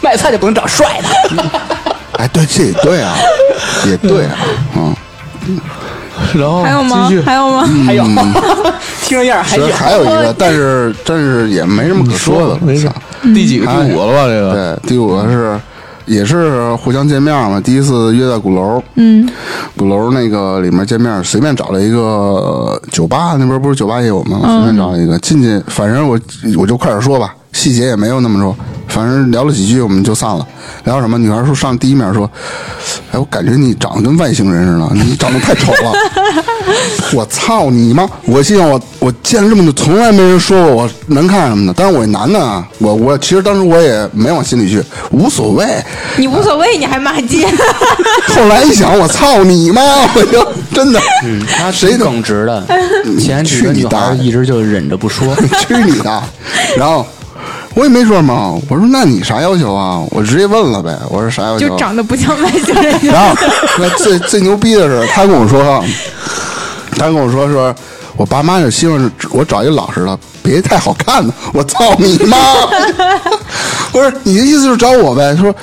卖菜就不能找帅的。
哎，对，这也对啊，也对啊，嗯，
然后
还有吗
哦继续？嗯
还有吗？
还有，嗯 [LAUGHS] 听着样儿还
其
有
实。还有一个，但是但是也没什么可
你
说的，
没事
操。
第几个？第五个了吧？这个
对，第五个是也是互相见面嘛，第一次约在鼓楼，嗯，鼓楼那个里面见面，随便找了一个呃酒吧，那边不是酒吧也有吗？随便找了一个进去，反正我我就快点说吧，细节也没有那么说，反正聊了几句我们就散了。聊什么？女孩说上第一面说，哎，我感觉你长得跟外星人似的，你长得太丑了。 [LAUGHS] 我操你妈！我心想我我见这么久，从来没人说过我难看什么的。但是我男的啊，我我其实当时我也没往心里去，无所谓。
你无所谓，你还骂街，
[LAUGHS] 后来一想，我操你妈！我就真的，
嗯他
谁都
耿直的，前几
去
个
你
女孩
大
儿
爷
一直就忍着不说。
[LAUGHS] 去你的！然后我也没说嘛，我说那你啥要求啊？我直接问了呗，我说啥要求？啊
就长得不像外星人。
然后那最最牛逼的是，他跟我说，啊他跟我说说，我爸妈就希望是我找一个老实的，别太好看的。我操你妈！ [LAUGHS] 不是你的意思就是找我呗？说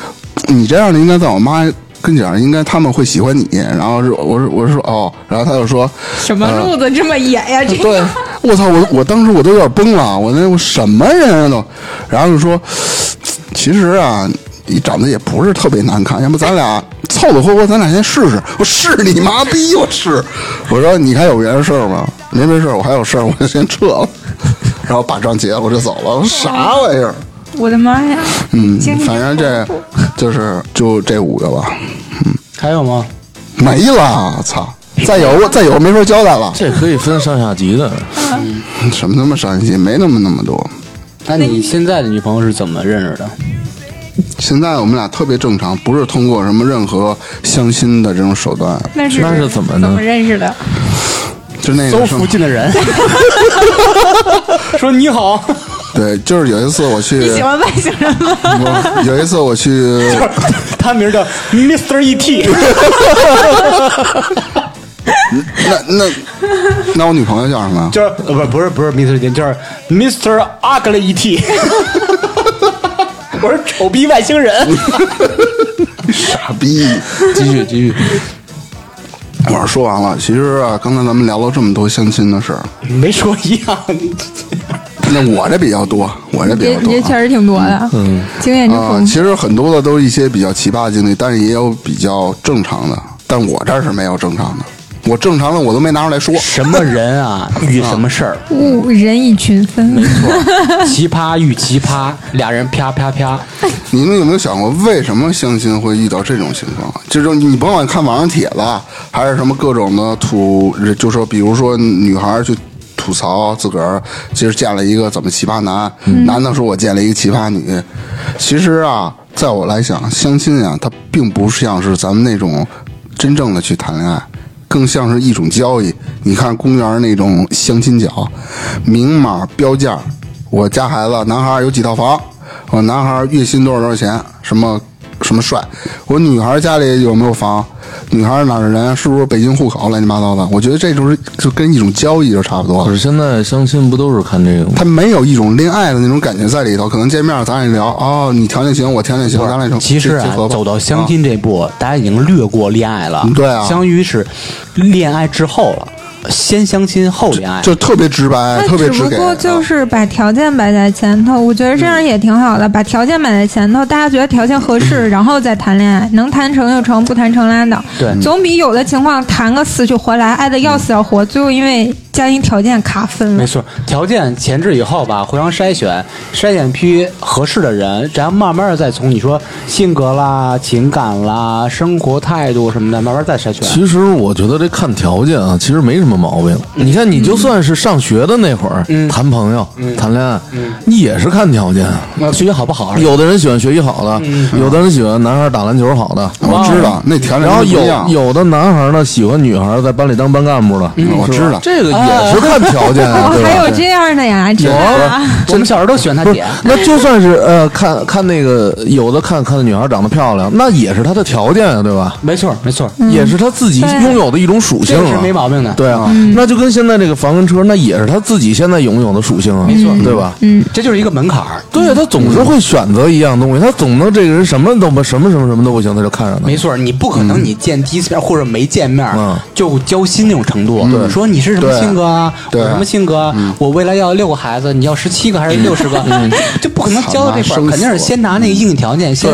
你这样的应该在我妈跟前儿，应该他们会喜欢你。然后是我说我说哦，然后他就说
什么路子这么野呀？这
[LAUGHS] 对，我操，我我当时我都有点崩了，啊我那我什么人啊都，然后就说，其实啊，你长得也不是特别难看，要不咱俩凑凑合合，咱俩先试试。我试你妈逼，我试。我说你还有别的事儿吗？没别的事儿，我还有事儿，我就先撤了。 [LAUGHS] 然后把账结了，我就走了。我说啥玩意儿？
我的妈呀！
嗯
经，历
反正这 [LAUGHS] 就是就这五个吧，
[LAUGHS] 还有吗？
没了，操！再有我再有没法交代了， [LAUGHS]
这可以分上下级的。
什么他妈伤心，没那么那么多。
那你现在的女朋友是怎么认识的？
现在我们俩特别正常，不是通过什么任何相亲的这种手段，
那是
那是怎么呢
怎么认识的？
就
[LAUGHS]
那
搜
个什
附
么，
近的 [LAUGHS] 人，说你好，
[LAUGHS] 对，就是有一次我去
你，喜欢外星人吗？
我有一次我
[LAUGHS]
去，
他名叫 E Mr. E.T，
那那那我女朋友叫什么呀？
就是呃不不是不是 Mr. E.T，就是 Mr. Ugly E.T。我是丑逼外星人，
傻逼！
继续继续，
一会儿说完了，其实啊，刚才咱们聊了这么多相亲的事儿，
[LAUGHS] 没说一样，
那我这比较多，我这比
也
较多、
也确
啊。
实挺多的，嗯，经验之
啊、
丰
其
富。
实很多的都是一些比较奇葩的经历，但是也有比较正常的，但我这儿是没有正常的，我正常的我都没拿出来说。
什么人 [LAUGHS] 啊，遇什么事儿，
物人以群分，
奇葩遇奇葩，俩人啪啪啪，
你们有没有想过，为什么相亲会遇到这种情况？啊就是你甭管看网上帖子，啊还是什么各种的吐，就说比如说女孩去吐槽自个儿，其实见了一个怎么奇葩男，男的说我见了一个奇葩女。其实啊，在我来讲，相亲啊，它并不像是咱们那种真正的去谈恋爱。更像是一种交易。你看公园那种相亲角，明码标价，我家孩子男孩有几套房，我男孩月薪多少多少钱，什么什么帅，我女孩家里有没有房，女孩哪儿的人，是不是北京户口，乱七八糟的。我觉得这就是就跟一种交易就差不多
可
了
是。现在相亲不都是看这个吗？
他没有一种恋爱的那种感觉在里头，可能见面咱也聊哦，你条件行，我条件行，咱俩就
其实
结
啊
合，吧
走到相
啊
亲这步，大家已经略过恋爱了
嗯，对啊
相当于是恋爱之后了，先相亲后恋爱。
啊就特别直白，特
那
别
只
直
不
给。
过
啊
就是把条件摆在前头，我觉得这样也挺好的，把条件摆在前头，大家觉得条件合适，然后再谈恋爱，能谈成就成，不谈成拉倒，
对
总比有的情况谈个死去活来，爱的要死要活，最后因为家庭条件卡分了
没。错，条件前置以后吧，互相筛选，筛选批合适的人，然后慢慢的再从你说性格啦、情感啦、生活态度什么的，慢慢再筛选。
其实我觉得这看条件啊，其实没什么毛病。你看，你就算是上学的那会儿、谈朋友、谈恋爱，你也是看条件。啊
那学习好不好？
有的人喜欢学习好的，有的人喜欢男孩打篮球好的，
我知道那条件
然后
不一
有
样
有的男孩呢喜欢女孩在班里当班干部的，
我
是吧
知道
这个也是看条件啊， [LAUGHS]
哦，
对吧
还有这样的呀，真的啊。
我们小时候都喜欢他
不是
[LAUGHS] 姐。，
那就算是呃，看看那个有的看看那女孩长得漂亮，那也是她的条件啊，对吧？
没错， [LAUGHS] 没错，
也是她自己
对
拥有的一种属性
这
啊，
是没毛病的。
对啊，那就跟现在这个房跟车，那也是她自己现在拥有的属性啊，没
错嗯
对吧？
这就是一个门槛儿。
对，她总是会选择一样东西，她总能这个人什么都不什么什么什么都不行，她就看上他
没。错，你不可能你见第一次面或者没见面
嗯
就交心那种程度。说你是什么
对
性格啊？我
对
什么性格啊？
嗯
我未来要六个孩子，你要十七个还是六十个？ [LAUGHS] 就不可能交到这块
惨
儿，
啊
肯定是
生死
先拿那个硬件条件先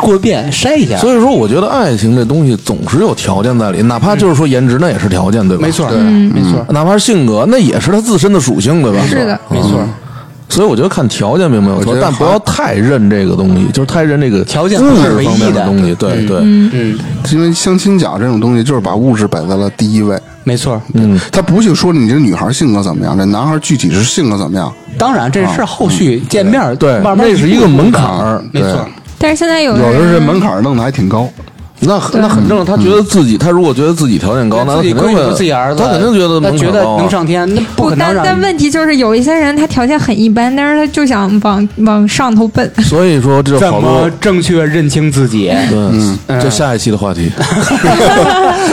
过遍筛一下。
嗯所以说，我觉得爱情这东西总是有条件在里，哪怕就是说颜值，那也是条件，对吧？嗯
没错，没错，
哪怕是性格，那也是他自身的属性，对吧？嗯
是的
没错。
所以我觉得看条件并没有
我
错
觉，得
但
还
不要太认这个东西，就是太认这个
条件
物
不是
质
唯
方
一
面
的
东西。对对，
嗯，
因为相亲角这种东西，就是把物质摆在了第一位。
没错。
嗯，
他不去说你这女孩性格怎么样，这男孩具体是性格怎么样。
当然，这是后续见面儿
啊嗯对
慢慢
那是一个
步步
门
的
槛儿
没
对
错。
但是现在有
有
的
的人这
人
门槛儿弄得还挺高，
那很那很正常。他觉得自己，他如果觉得自己条件高，那
嗯自
他
己
肯定
闺女
会，
自己儿子，
他肯定觉得
他
门
觉
槛
得
高
能
啊。
上天，那不可能
但
让
但
你
问题就是有一些人他条件很一般，但是他就想往往上头奔。
所以说，这
怎
好
么
多。
正确认清自己？
对，
嗯
这下一期的话
[LAUGHS]
题。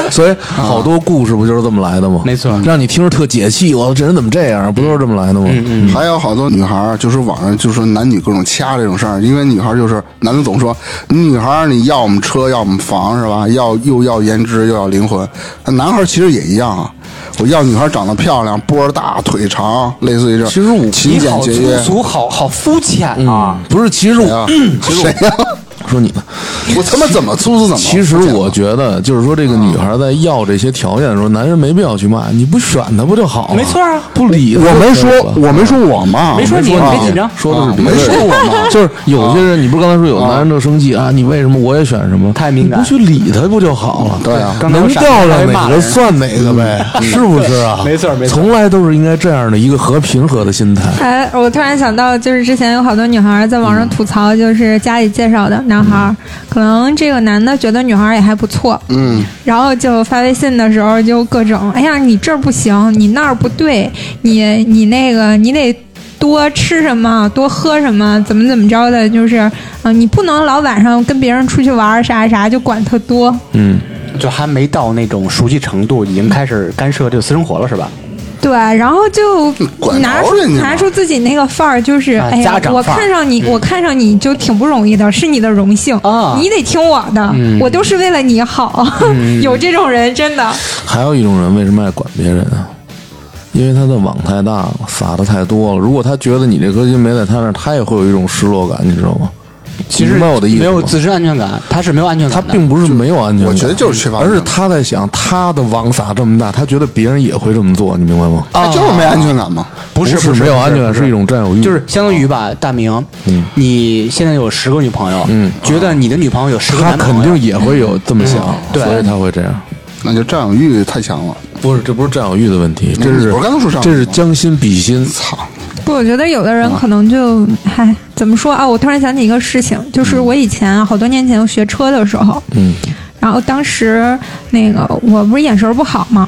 所以好多故事不就是这么来的吗？
没错
让你听着特解气。我这人怎么这样？不都是这么来的吗？
嗯
还有好多女孩儿就是网上就说男女各种掐这种事儿，因为女孩儿就是男的总说女孩儿你要我们车，要我们房是吧？要又要颜值又要灵魂，那男孩儿其实也一样啊。我要女孩儿长得漂亮，波儿大腿长，类似于这，
其实我
勤
你
俭
好
节
粗
约
俗，好好肤浅啊！
嗯，不是，其实
谁呀
我，
谁呀？
说你呢。
我他妈怎么粗俗怎么？
其实
不见了
我觉得，就是说，这个女孩在要这些条件的时候，男人没必要去骂，你不选她不就好了？
没错啊
不理她
我没
就
说
得了，
我没说我嘛，
没说你
啊
别紧张
说的是别
没
人，
说我嘛，
就是有些人，你不是刚才说有男人就生气啊？你为什么我也选什么？
太敏感
你不去理他不就好了？
对啊
刚才我
能
闪
钓
还
上
骂
哪
人嗯
个算哪个呗，是不是啊？
没错没错
从来都是应该这样的一个和平和的心态。
哎，我突然想到，就是之前有好多女孩在网上吐槽，就是家里介绍的男孩，儿，可能这个男的觉得女孩儿也还不错，
嗯，
然后就发微信的时候就各种，哎呀，你这儿不行，你那儿不对，你你那个你得。多吃什么，多喝什么，怎么怎么着的，就是，啊、你不能老晚上跟别人出去玩儿啥啥，就管特多。
嗯，
就还没到那种熟悉程度，已经开始干涉这个私生活了，是吧？
对，然后就
管着
拿出
人家嘛
拿出自己那个范儿，嗯就是、
啊
哎
家
呀，
长
我
范儿
看上你，我看上你就挺不容易的，是你的荣幸，
啊
你得听我的，我都是为了你好。 [LAUGHS] 有这种人真的，
还有一种人为什么爱管别人啊？因为他的网太大了，撒的太多了。如果他觉得你这颗心没在他那儿，他也会有一种失落感，你知道吗？
其
你
实
明白我的意思
没有
吗
自身安全感，他是没有安全
他
感的。
并不是没有安全感，
我觉得就是缺乏安
而
全
是
感
他在想他的网撒这么大，他觉得别人也会这么做，你明白吗？
啊
他哎就是没安全感嘛。
不是
是
不是
没有安全感，
不是
是一种占有欲，
就是相当于吧，大明，你现在有十个女朋友，觉得你的女朋友有十个
他
男朋
肯
友，
定也会有这么想，
对
所以他会这样。
那就占有欲太强了。
不是，这不是占有欲的问题，这
你
嗯是
不是刚才说占有欲吗
这是将心比心。
操，
不，我觉得有的人可能就，嗨，怎么说啊？我突然想起一个事情，就是我以前啊好多年前我学车的时候，
嗯，
然后当时那个我不是眼神不好 [LAUGHS] 嘛，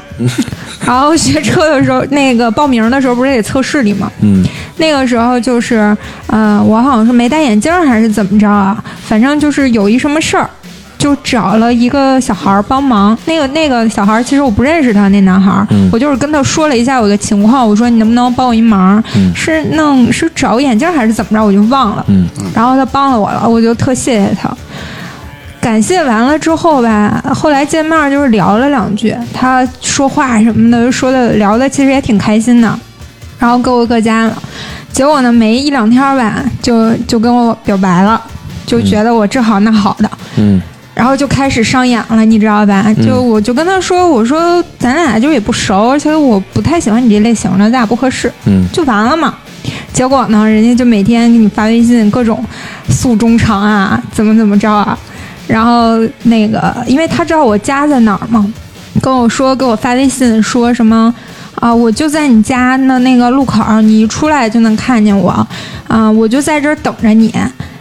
然后学车的时候，那个报名的时候不是得测视力嘛，
嗯，
那个时候就是，呃，我好像是没戴眼镜儿还是怎么着啊，反正就是有一什么事儿。就找了一个小孩儿帮忙，那个那个小孩儿其实我不认识他，那男孩儿，
嗯
我就是跟他说了一下我的情况，我说你能不能帮我一忙？
嗯
是弄是找眼镜儿还是怎么着，我就忘了。
嗯
然后他帮了我了，我就特谢谢他。感谢完了之后吧，后来见面就是聊了两句，他说话什么的，说的聊的其实也挺开心的，然后各回各家了。结果呢，没一两天吧，就就跟我表白了，就觉得我这好那好的，
嗯
然后就开始上演了，你知道吧？就我就跟他说，我说咱俩就也不熟，而且我不太喜欢你这类型的，咱俩不合适。
嗯，
就完了嘛。结果呢，人家就每天给你发微信，各种诉衷肠啊，怎么怎么着啊。然后那个，因为他知道我家在哪儿嘛，跟我说给我发微信说什么啊，我就在你家那那个路口儿，你一出来就能看见我啊，我就在这儿等着你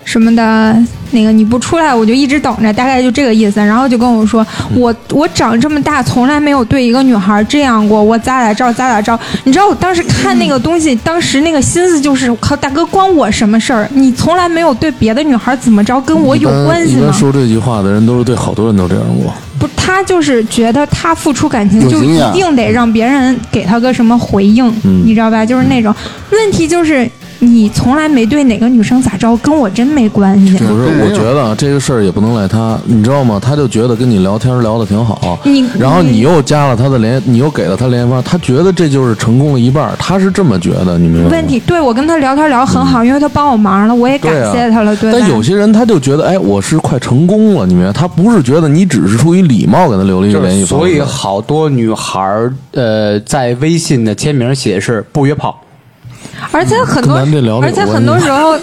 什么的。那个你不出来，我就一直等着，大概就这个意思。然后就跟我说，
嗯
我我长这么大从来没有对一个女孩这样过，我咋咋着咋咋着。你知道我当时看那个东
嗯
西，当时那个心思就是，我靠，大哥关我什么事儿？你从来没有对别的女孩怎么着，跟我有关系
一般一
吗
般？说这句话的人都是对好多人都这样过，
不，他就是觉得他付出感情
有
就
经
一
验
定得让别人给他个什么回应，
嗯
你知道吧？就是那种问题，就是你从来没对哪个女生咋着，跟我真没关系。
不是？
对
我觉得啊，这个事儿也不能赖他，你知道吗？他就觉得跟你聊天聊得挺好，
你
然后你又加了他的联，你又给了他联系方，他觉得这就是成功了一半儿，他是这么觉得，你明白吗？
问题，对我跟他聊天聊得很好，因为他帮我忙了，我也感
对啊
谢他了，对吧？
嗯但有些人他就觉得，哎，我是快成功了，你明白？他不是觉得你只是出于礼貌给他留了一个
就
联系
是
方
所以
式，
好多女孩儿呃在微信的签名写的是不约炮，
而且很多
跟咱这聊，得
而
有
且
关
很多
系 [LAUGHS]
时候，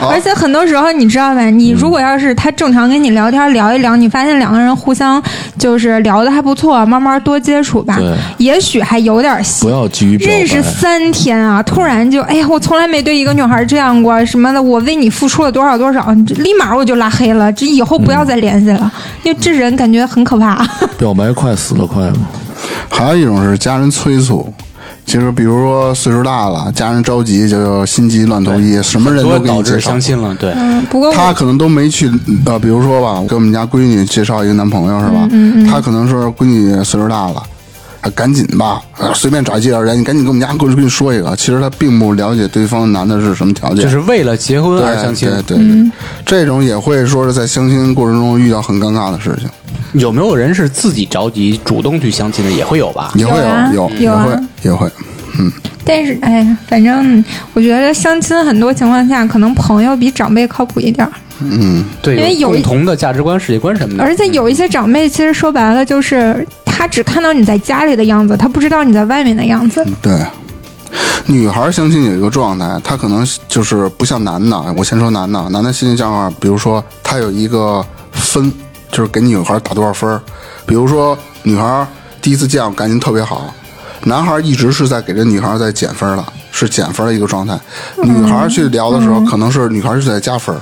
而且很多时候，你知道吧？你如果要是他正常跟你聊天聊一聊，你发现两个人互相就是聊的还不错，慢慢多接触吧
对，
也许还有点戏
不。要急于表白。
认识三天啊，突然就哎呀，我从来没对一个女孩这样过什么的，我为你付出了多少多少，这立马我就拉黑了，这以后不
嗯
要再联系了，因为这人感觉很可怕。
表白快死了快嘛，
还有一种是家人催促。其实，比如说岁数大了，家人着急，就心急乱投医，什么人
所
都
以
给
导
你
致
介绍
相。亲了。对，
嗯，不过我
他可能都没去，呃，比如说吧，给我们家闺女介绍一个男朋友是吧？
嗯
他可能说闺女岁数大了，啊赶紧吧，啊随便找介绍人，你赶紧给我们家闺女说一个。其实他并不了解对方男的是什么条件，
就是为了结婚
对
而相亲。
对对对，
嗯
这种也会说是在相亲过程中遇到很尴尬的事情，
有没有人是自己着急主动去相亲的？也会有吧。
也会
有啊
有
有
也
啊
会也会。
但是，哎呀，反正我觉得相亲很多情况下，可能朋友比长辈靠谱一点儿。
嗯
对，
因为有
共
一
同的价值观、世界观什么的。
而且有一些长辈，其实说白了就是他只看到你在家里的样子，他不知道你在外面的样子。
嗯对，女孩相亲有一个状态，她可能就是不像男的。我先说男的，男的心理障碍，比如说他有一个分，就是给女孩打多少分儿。比如说女孩第一次见我感情特别好，男孩一直是在给这女孩在减分儿了，是减分儿的一个状态。
嗯
女孩去聊的时候，可能是女孩是在加分儿。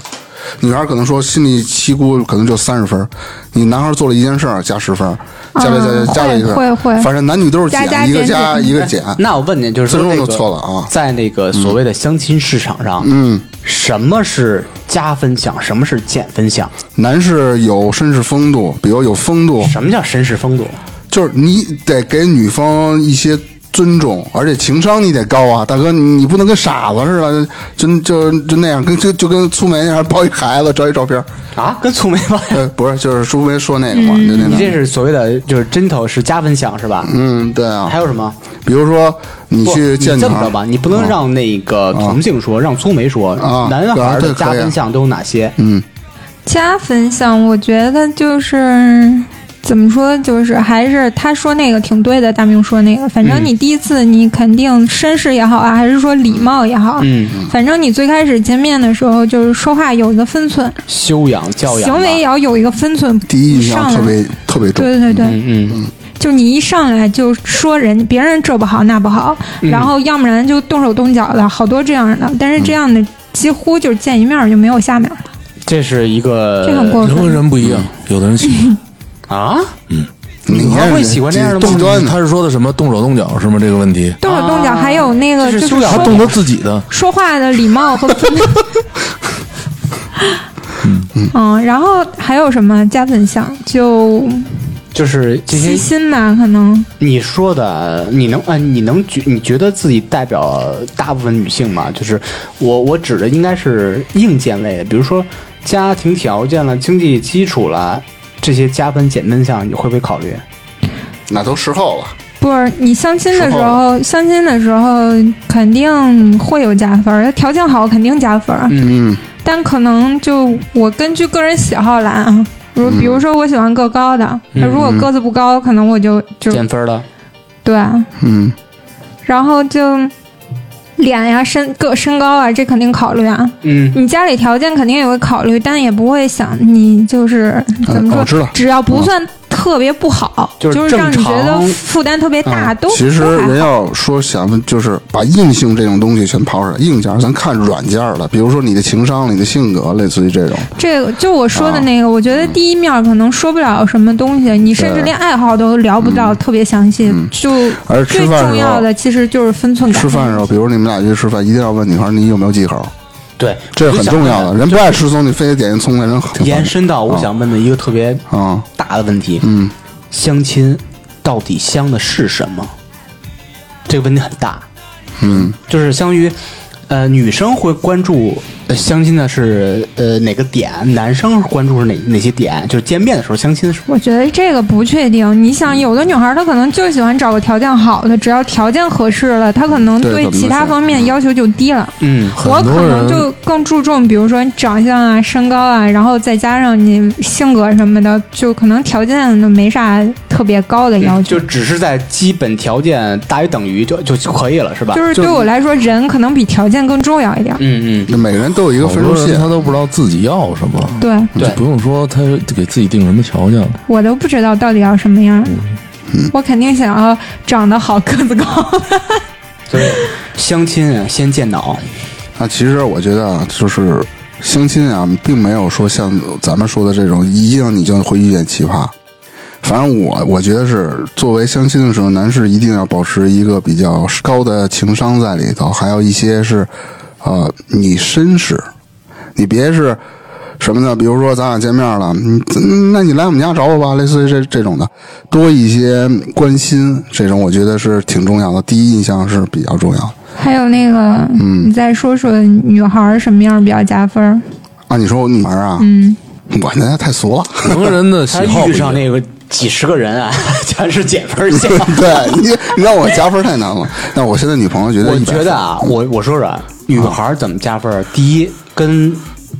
女孩可能说心里七估可能就三十分儿，你男孩做了一件事儿加十分儿，加了加了加了一个，
嗯会会会
反正男女都是
加加
减一个
减
加
减 [LAUGHS]
一个减。
那我问您，就是说
最
这
终都
个
错了啊
在那个所谓的相亲市场上，嗯，什么是加分项，什么是减分项？
男士有绅士风度，比如有风度，
什么叫绅士风度？
就是你得给女方一些尊重，而且情商你得高啊，大哥，你不能跟傻子似的，就就就那样，跟就就跟苏梅那样抱一孩子，照一照
[LAUGHS]
片儿，
啊，跟醋没
[LAUGHS]
关系。
呃，不是，就是苏梅说那个嘛，就那
嗯你
个，
这是所谓的就是针头是加分项是吧？
嗯，对啊
还，有什么？
比如说你
不，
去
你
见女
这么
孩
着
儿
吧，你不能让那个同性说，让粗眉说
啊，
男孩
对
的
啊
加分项都有哪些？
嗯，
加分项，我觉得就是怎么说，就是还是他说那个挺对的，大明说那个，反
嗯
正你第一次你肯定绅士也好啊，还是说礼貌也好，
嗯，
反正你最开始见面的时候就是说话有一个分寸，
修养教养吧，啊
行为也要有一个分寸。
第一印象
上来啊
特别特别重，
对对对，
嗯嗯
就你一上来就说人别人这不好那不好，然后要不然就动手动脚的，好多这样的。但是这样的几乎就是见一面就没有下面了，
这是一个
这很过
人和
分。
人不一样，有的人喜欢。
啊，
你
女孩
看
会
人
喜欢这样的吗
极
动
嗯端
他
的，
是说的什么动手动脚是吗？这个问题，
动手动脚，
啊
还有那个
这
就是是
修养
他
说
动他自己的，
说话的礼貌和分嗯，然后还有什么加分项？就
就是这
细
些
心吧，可能
你说的，你能啊，你能觉你觉得自己代表大部分女性吗？就是我我指的应该是硬件类的，比如说家庭条件了、经济基础了这些加分减分项，你会不会考虑？
那都事后了。
不是你相亲的时
说好
候，相亲的时候肯定会有加分儿，条件好肯定加分儿。
嗯，
但可能就我根据个人喜好来啊，如
嗯
比如说我喜欢个高的，那如果个子不高，可能我就就
减分了，
对，
嗯，
然后就脸呀、身个身高啊，这肯定考虑啊。
嗯，
你家里条件肯定也会考虑，但也不会想你就是怎么
我嗯
说，
知道。嗯
只要不算特别不好，
就是
就是让你觉得
正常
负担特别大，都
嗯其实
都还好
人要说想问，就是把硬性这种东西全抛出来，硬件儿咱看软件儿了，比如说你的情商、你的性格，类似于这种。
这个就我说的
啊
那个，我觉得第一面可能说不了什么东西，你甚至连爱好都聊不到特别详细。就
嗯而吃
最
饭的时候
重要的其实就是分寸感。
吃饭的时候，比如你们俩去吃饭，一定要问女孩你有没有忌口，
对，
这是很重要
我
的。
就
人不爱吃葱，你非得点一葱来，人挺烦
想延伸到我想问的一个特别
啊。
大的问题，
嗯，
相亲到底相的是什么？这个问题很大。
嗯，
就是相当于，呃，女生会关注、呃、相亲的是呃哪个点，男生关注是哪哪些点？就是见面的时候相亲的时候，
我觉得这个不确定。你
嗯
想，有的女孩她可能就喜欢找个条件好的，只要条件合适了，她可能
对
对
怎么
其他
说
方面要求就低了。
嗯
我
很多
可
人
能就更注重，比如说长相啊、身高啊，然后再加上你性格什么的，就可能条件都没啥特别高的要求
就。只是在基本条件大于等于就就就可以了，是吧？
就是对我来说，人可能比条件更重要一点。
嗯嗯，
就每个人都有一个
好
分
多
数
人
线
他。都不知道自己要什么，
对
你就
对
不用说他给自己定什么条
[LAUGHS]
件了。
我都不知道到底要什么样，
嗯
嗯我肯定想要长得好、个子高。 [LAUGHS]
所以相亲啊，先见脑，
那其实我觉得啊，就是相亲啊，并没有说像咱们说的这种，一定你就会遇见奇葩。反正我我觉得是，作为相亲的时候，男士一定要保持一个比较高的情商在里头，还有一些是，呃，你绅士，你别是什么呢？比如说咱俩见面了，你嗯那你来我们家找我吧，类似于这这种的，多一些关心，这种我觉得是挺重要的，第一印象是比较重要的。
还有那个，
嗯
你再说说女孩儿什么样比较加分儿？
啊，你说我女儿啊，
嗯，
我那太俗了。 [LAUGHS]
每个人的喜
他
好不
遇
一样
上那个几十个人啊， [LAUGHS] 全是减分项。
对你，你让我加分太难了。但我现在女朋友觉得
我
100分，
觉得啊，我我说说啊，女孩儿怎么加分儿？第一，跟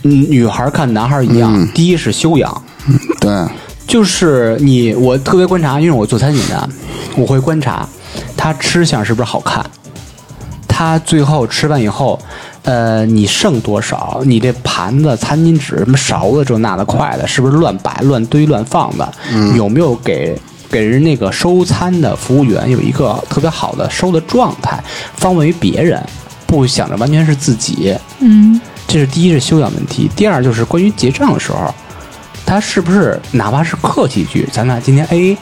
嗯女孩儿看男孩儿一
嗯
样，第一是修养，
对，
就是你我特别观察，因为我做餐饮的，我会观察他吃相是不是好看，他最后吃完以后，呃，你剩多少，你这盘子、餐巾纸、什么勺子这那的筷子，是不是乱摆、乱堆、乱放的？有没有给？给人那个收餐的服务员有一个特别好的收的状态，方位于别人，不想着完全是自己。
嗯，
这是第一是修养问题，第二就是关于结账的时候，哎他是不是哪怕是客气一句，咱俩今天 A A，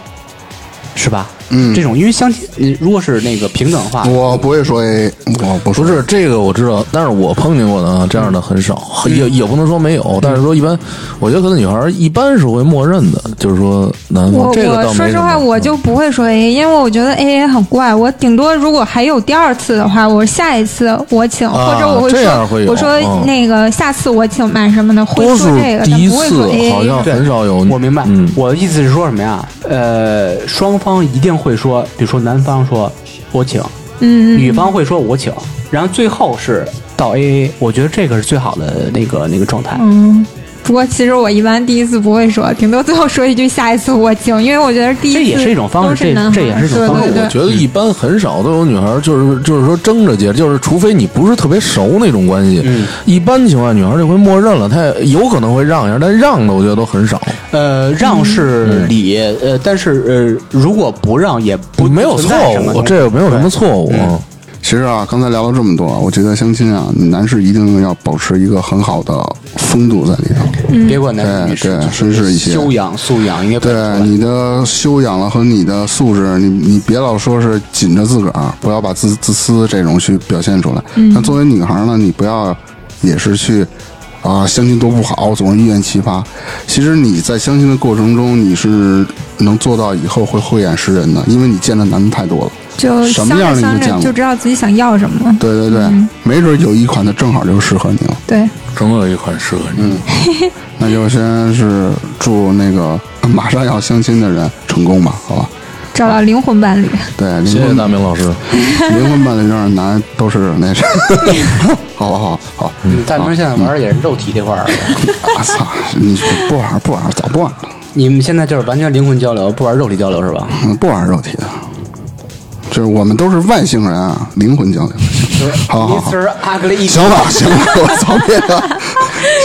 是吧？嗯，这种因为相亲，你如果是那个平等的话，
我不会说 A，我
不
不说
是这个我知道，但是我碰见过的啊，这样的很少，
嗯
也也不能说没有，但是说一般，我觉得可能女孩一般是会默认的，就是说男
我
方这个
我
倒没
说
什
实
么嗯
话，我就不会说 A，因为我觉得 A A 很怪。我顶多如果还有第二次的话，我下一次我请，
啊
或者我会
这
说
样会有
我说
嗯
那个下次我请吧什么的，会
多
说
数
这个，
第
但
一
不会说
次
A
好
A。
像
对
很少有，
我明白。
嗯，
我的意思是说什么呀？呃，双方一定会说，比如说男方说我请，
嗯，
女方会说我请，然后最后是到 AA，我觉得这个是最好的那个那个状态。
嗯不过其实我一般第一次不会说，顶多最后说一句下一次我请，因为我觉得第一次
这也是一种方式
都
这
男孩儿
这也是一种
对
方式
对对
我觉得一般很少都有女孩，就是就是说争着结，就是除非你不是特别熟那种关系，
嗯
一般情况下女孩就会默认了，她也有可能会让一下，但让的我觉得都很少，
呃，让
嗯
是理，呃，但是呃，如果不让也不
没有
不
错
存在什么
误，这个没有什么错误，
其实啊，刚才聊了这么多，我觉得相亲啊，男士一定要保持一个很好的风度在里头。
别管男
对
女士，
对
就
绅士一些
修养素养应该不
对你的修养了和你的素质，你你别老说是紧着自个儿，啊不要把自自私这种去表现出来。那作为女孩呢，你不要也是去啊相亲多不好，总是遇见奇葩。其实你在相亲的过程中，你是能做到以后会慧眼识人的，因为你见的男的太多了。
就
什
相
么样
着
的
相
你见
着
过
就知道自己想要什么。
对对对，没准有一款的正好就适合你了。
对，
嗯
总有一款适合你。
那就先是祝那个马上要相亲的人成功吧，好吧？
找到灵魂伴侣。
对，灵
谢
魂
谢大明老师，
灵魂伴侣让人难，都是那啥。 [LAUGHS] 好吧，好吧好，
大嗯明现在玩的也是肉体这块儿，
啊操、你不玩儿不玩儿，早不玩儿了，
你们现在就是完全灵魂交流，不玩肉体交流是吧？
嗯不玩儿肉体的。就是我们都是外星人啊，灵魂交流。好好好，
Mr. Ugly，
行吧行吧， [LAUGHS] 我操别了。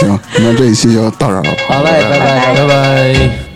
行，那这一期就到这儿了。
好嘞，拜拜。
拜拜。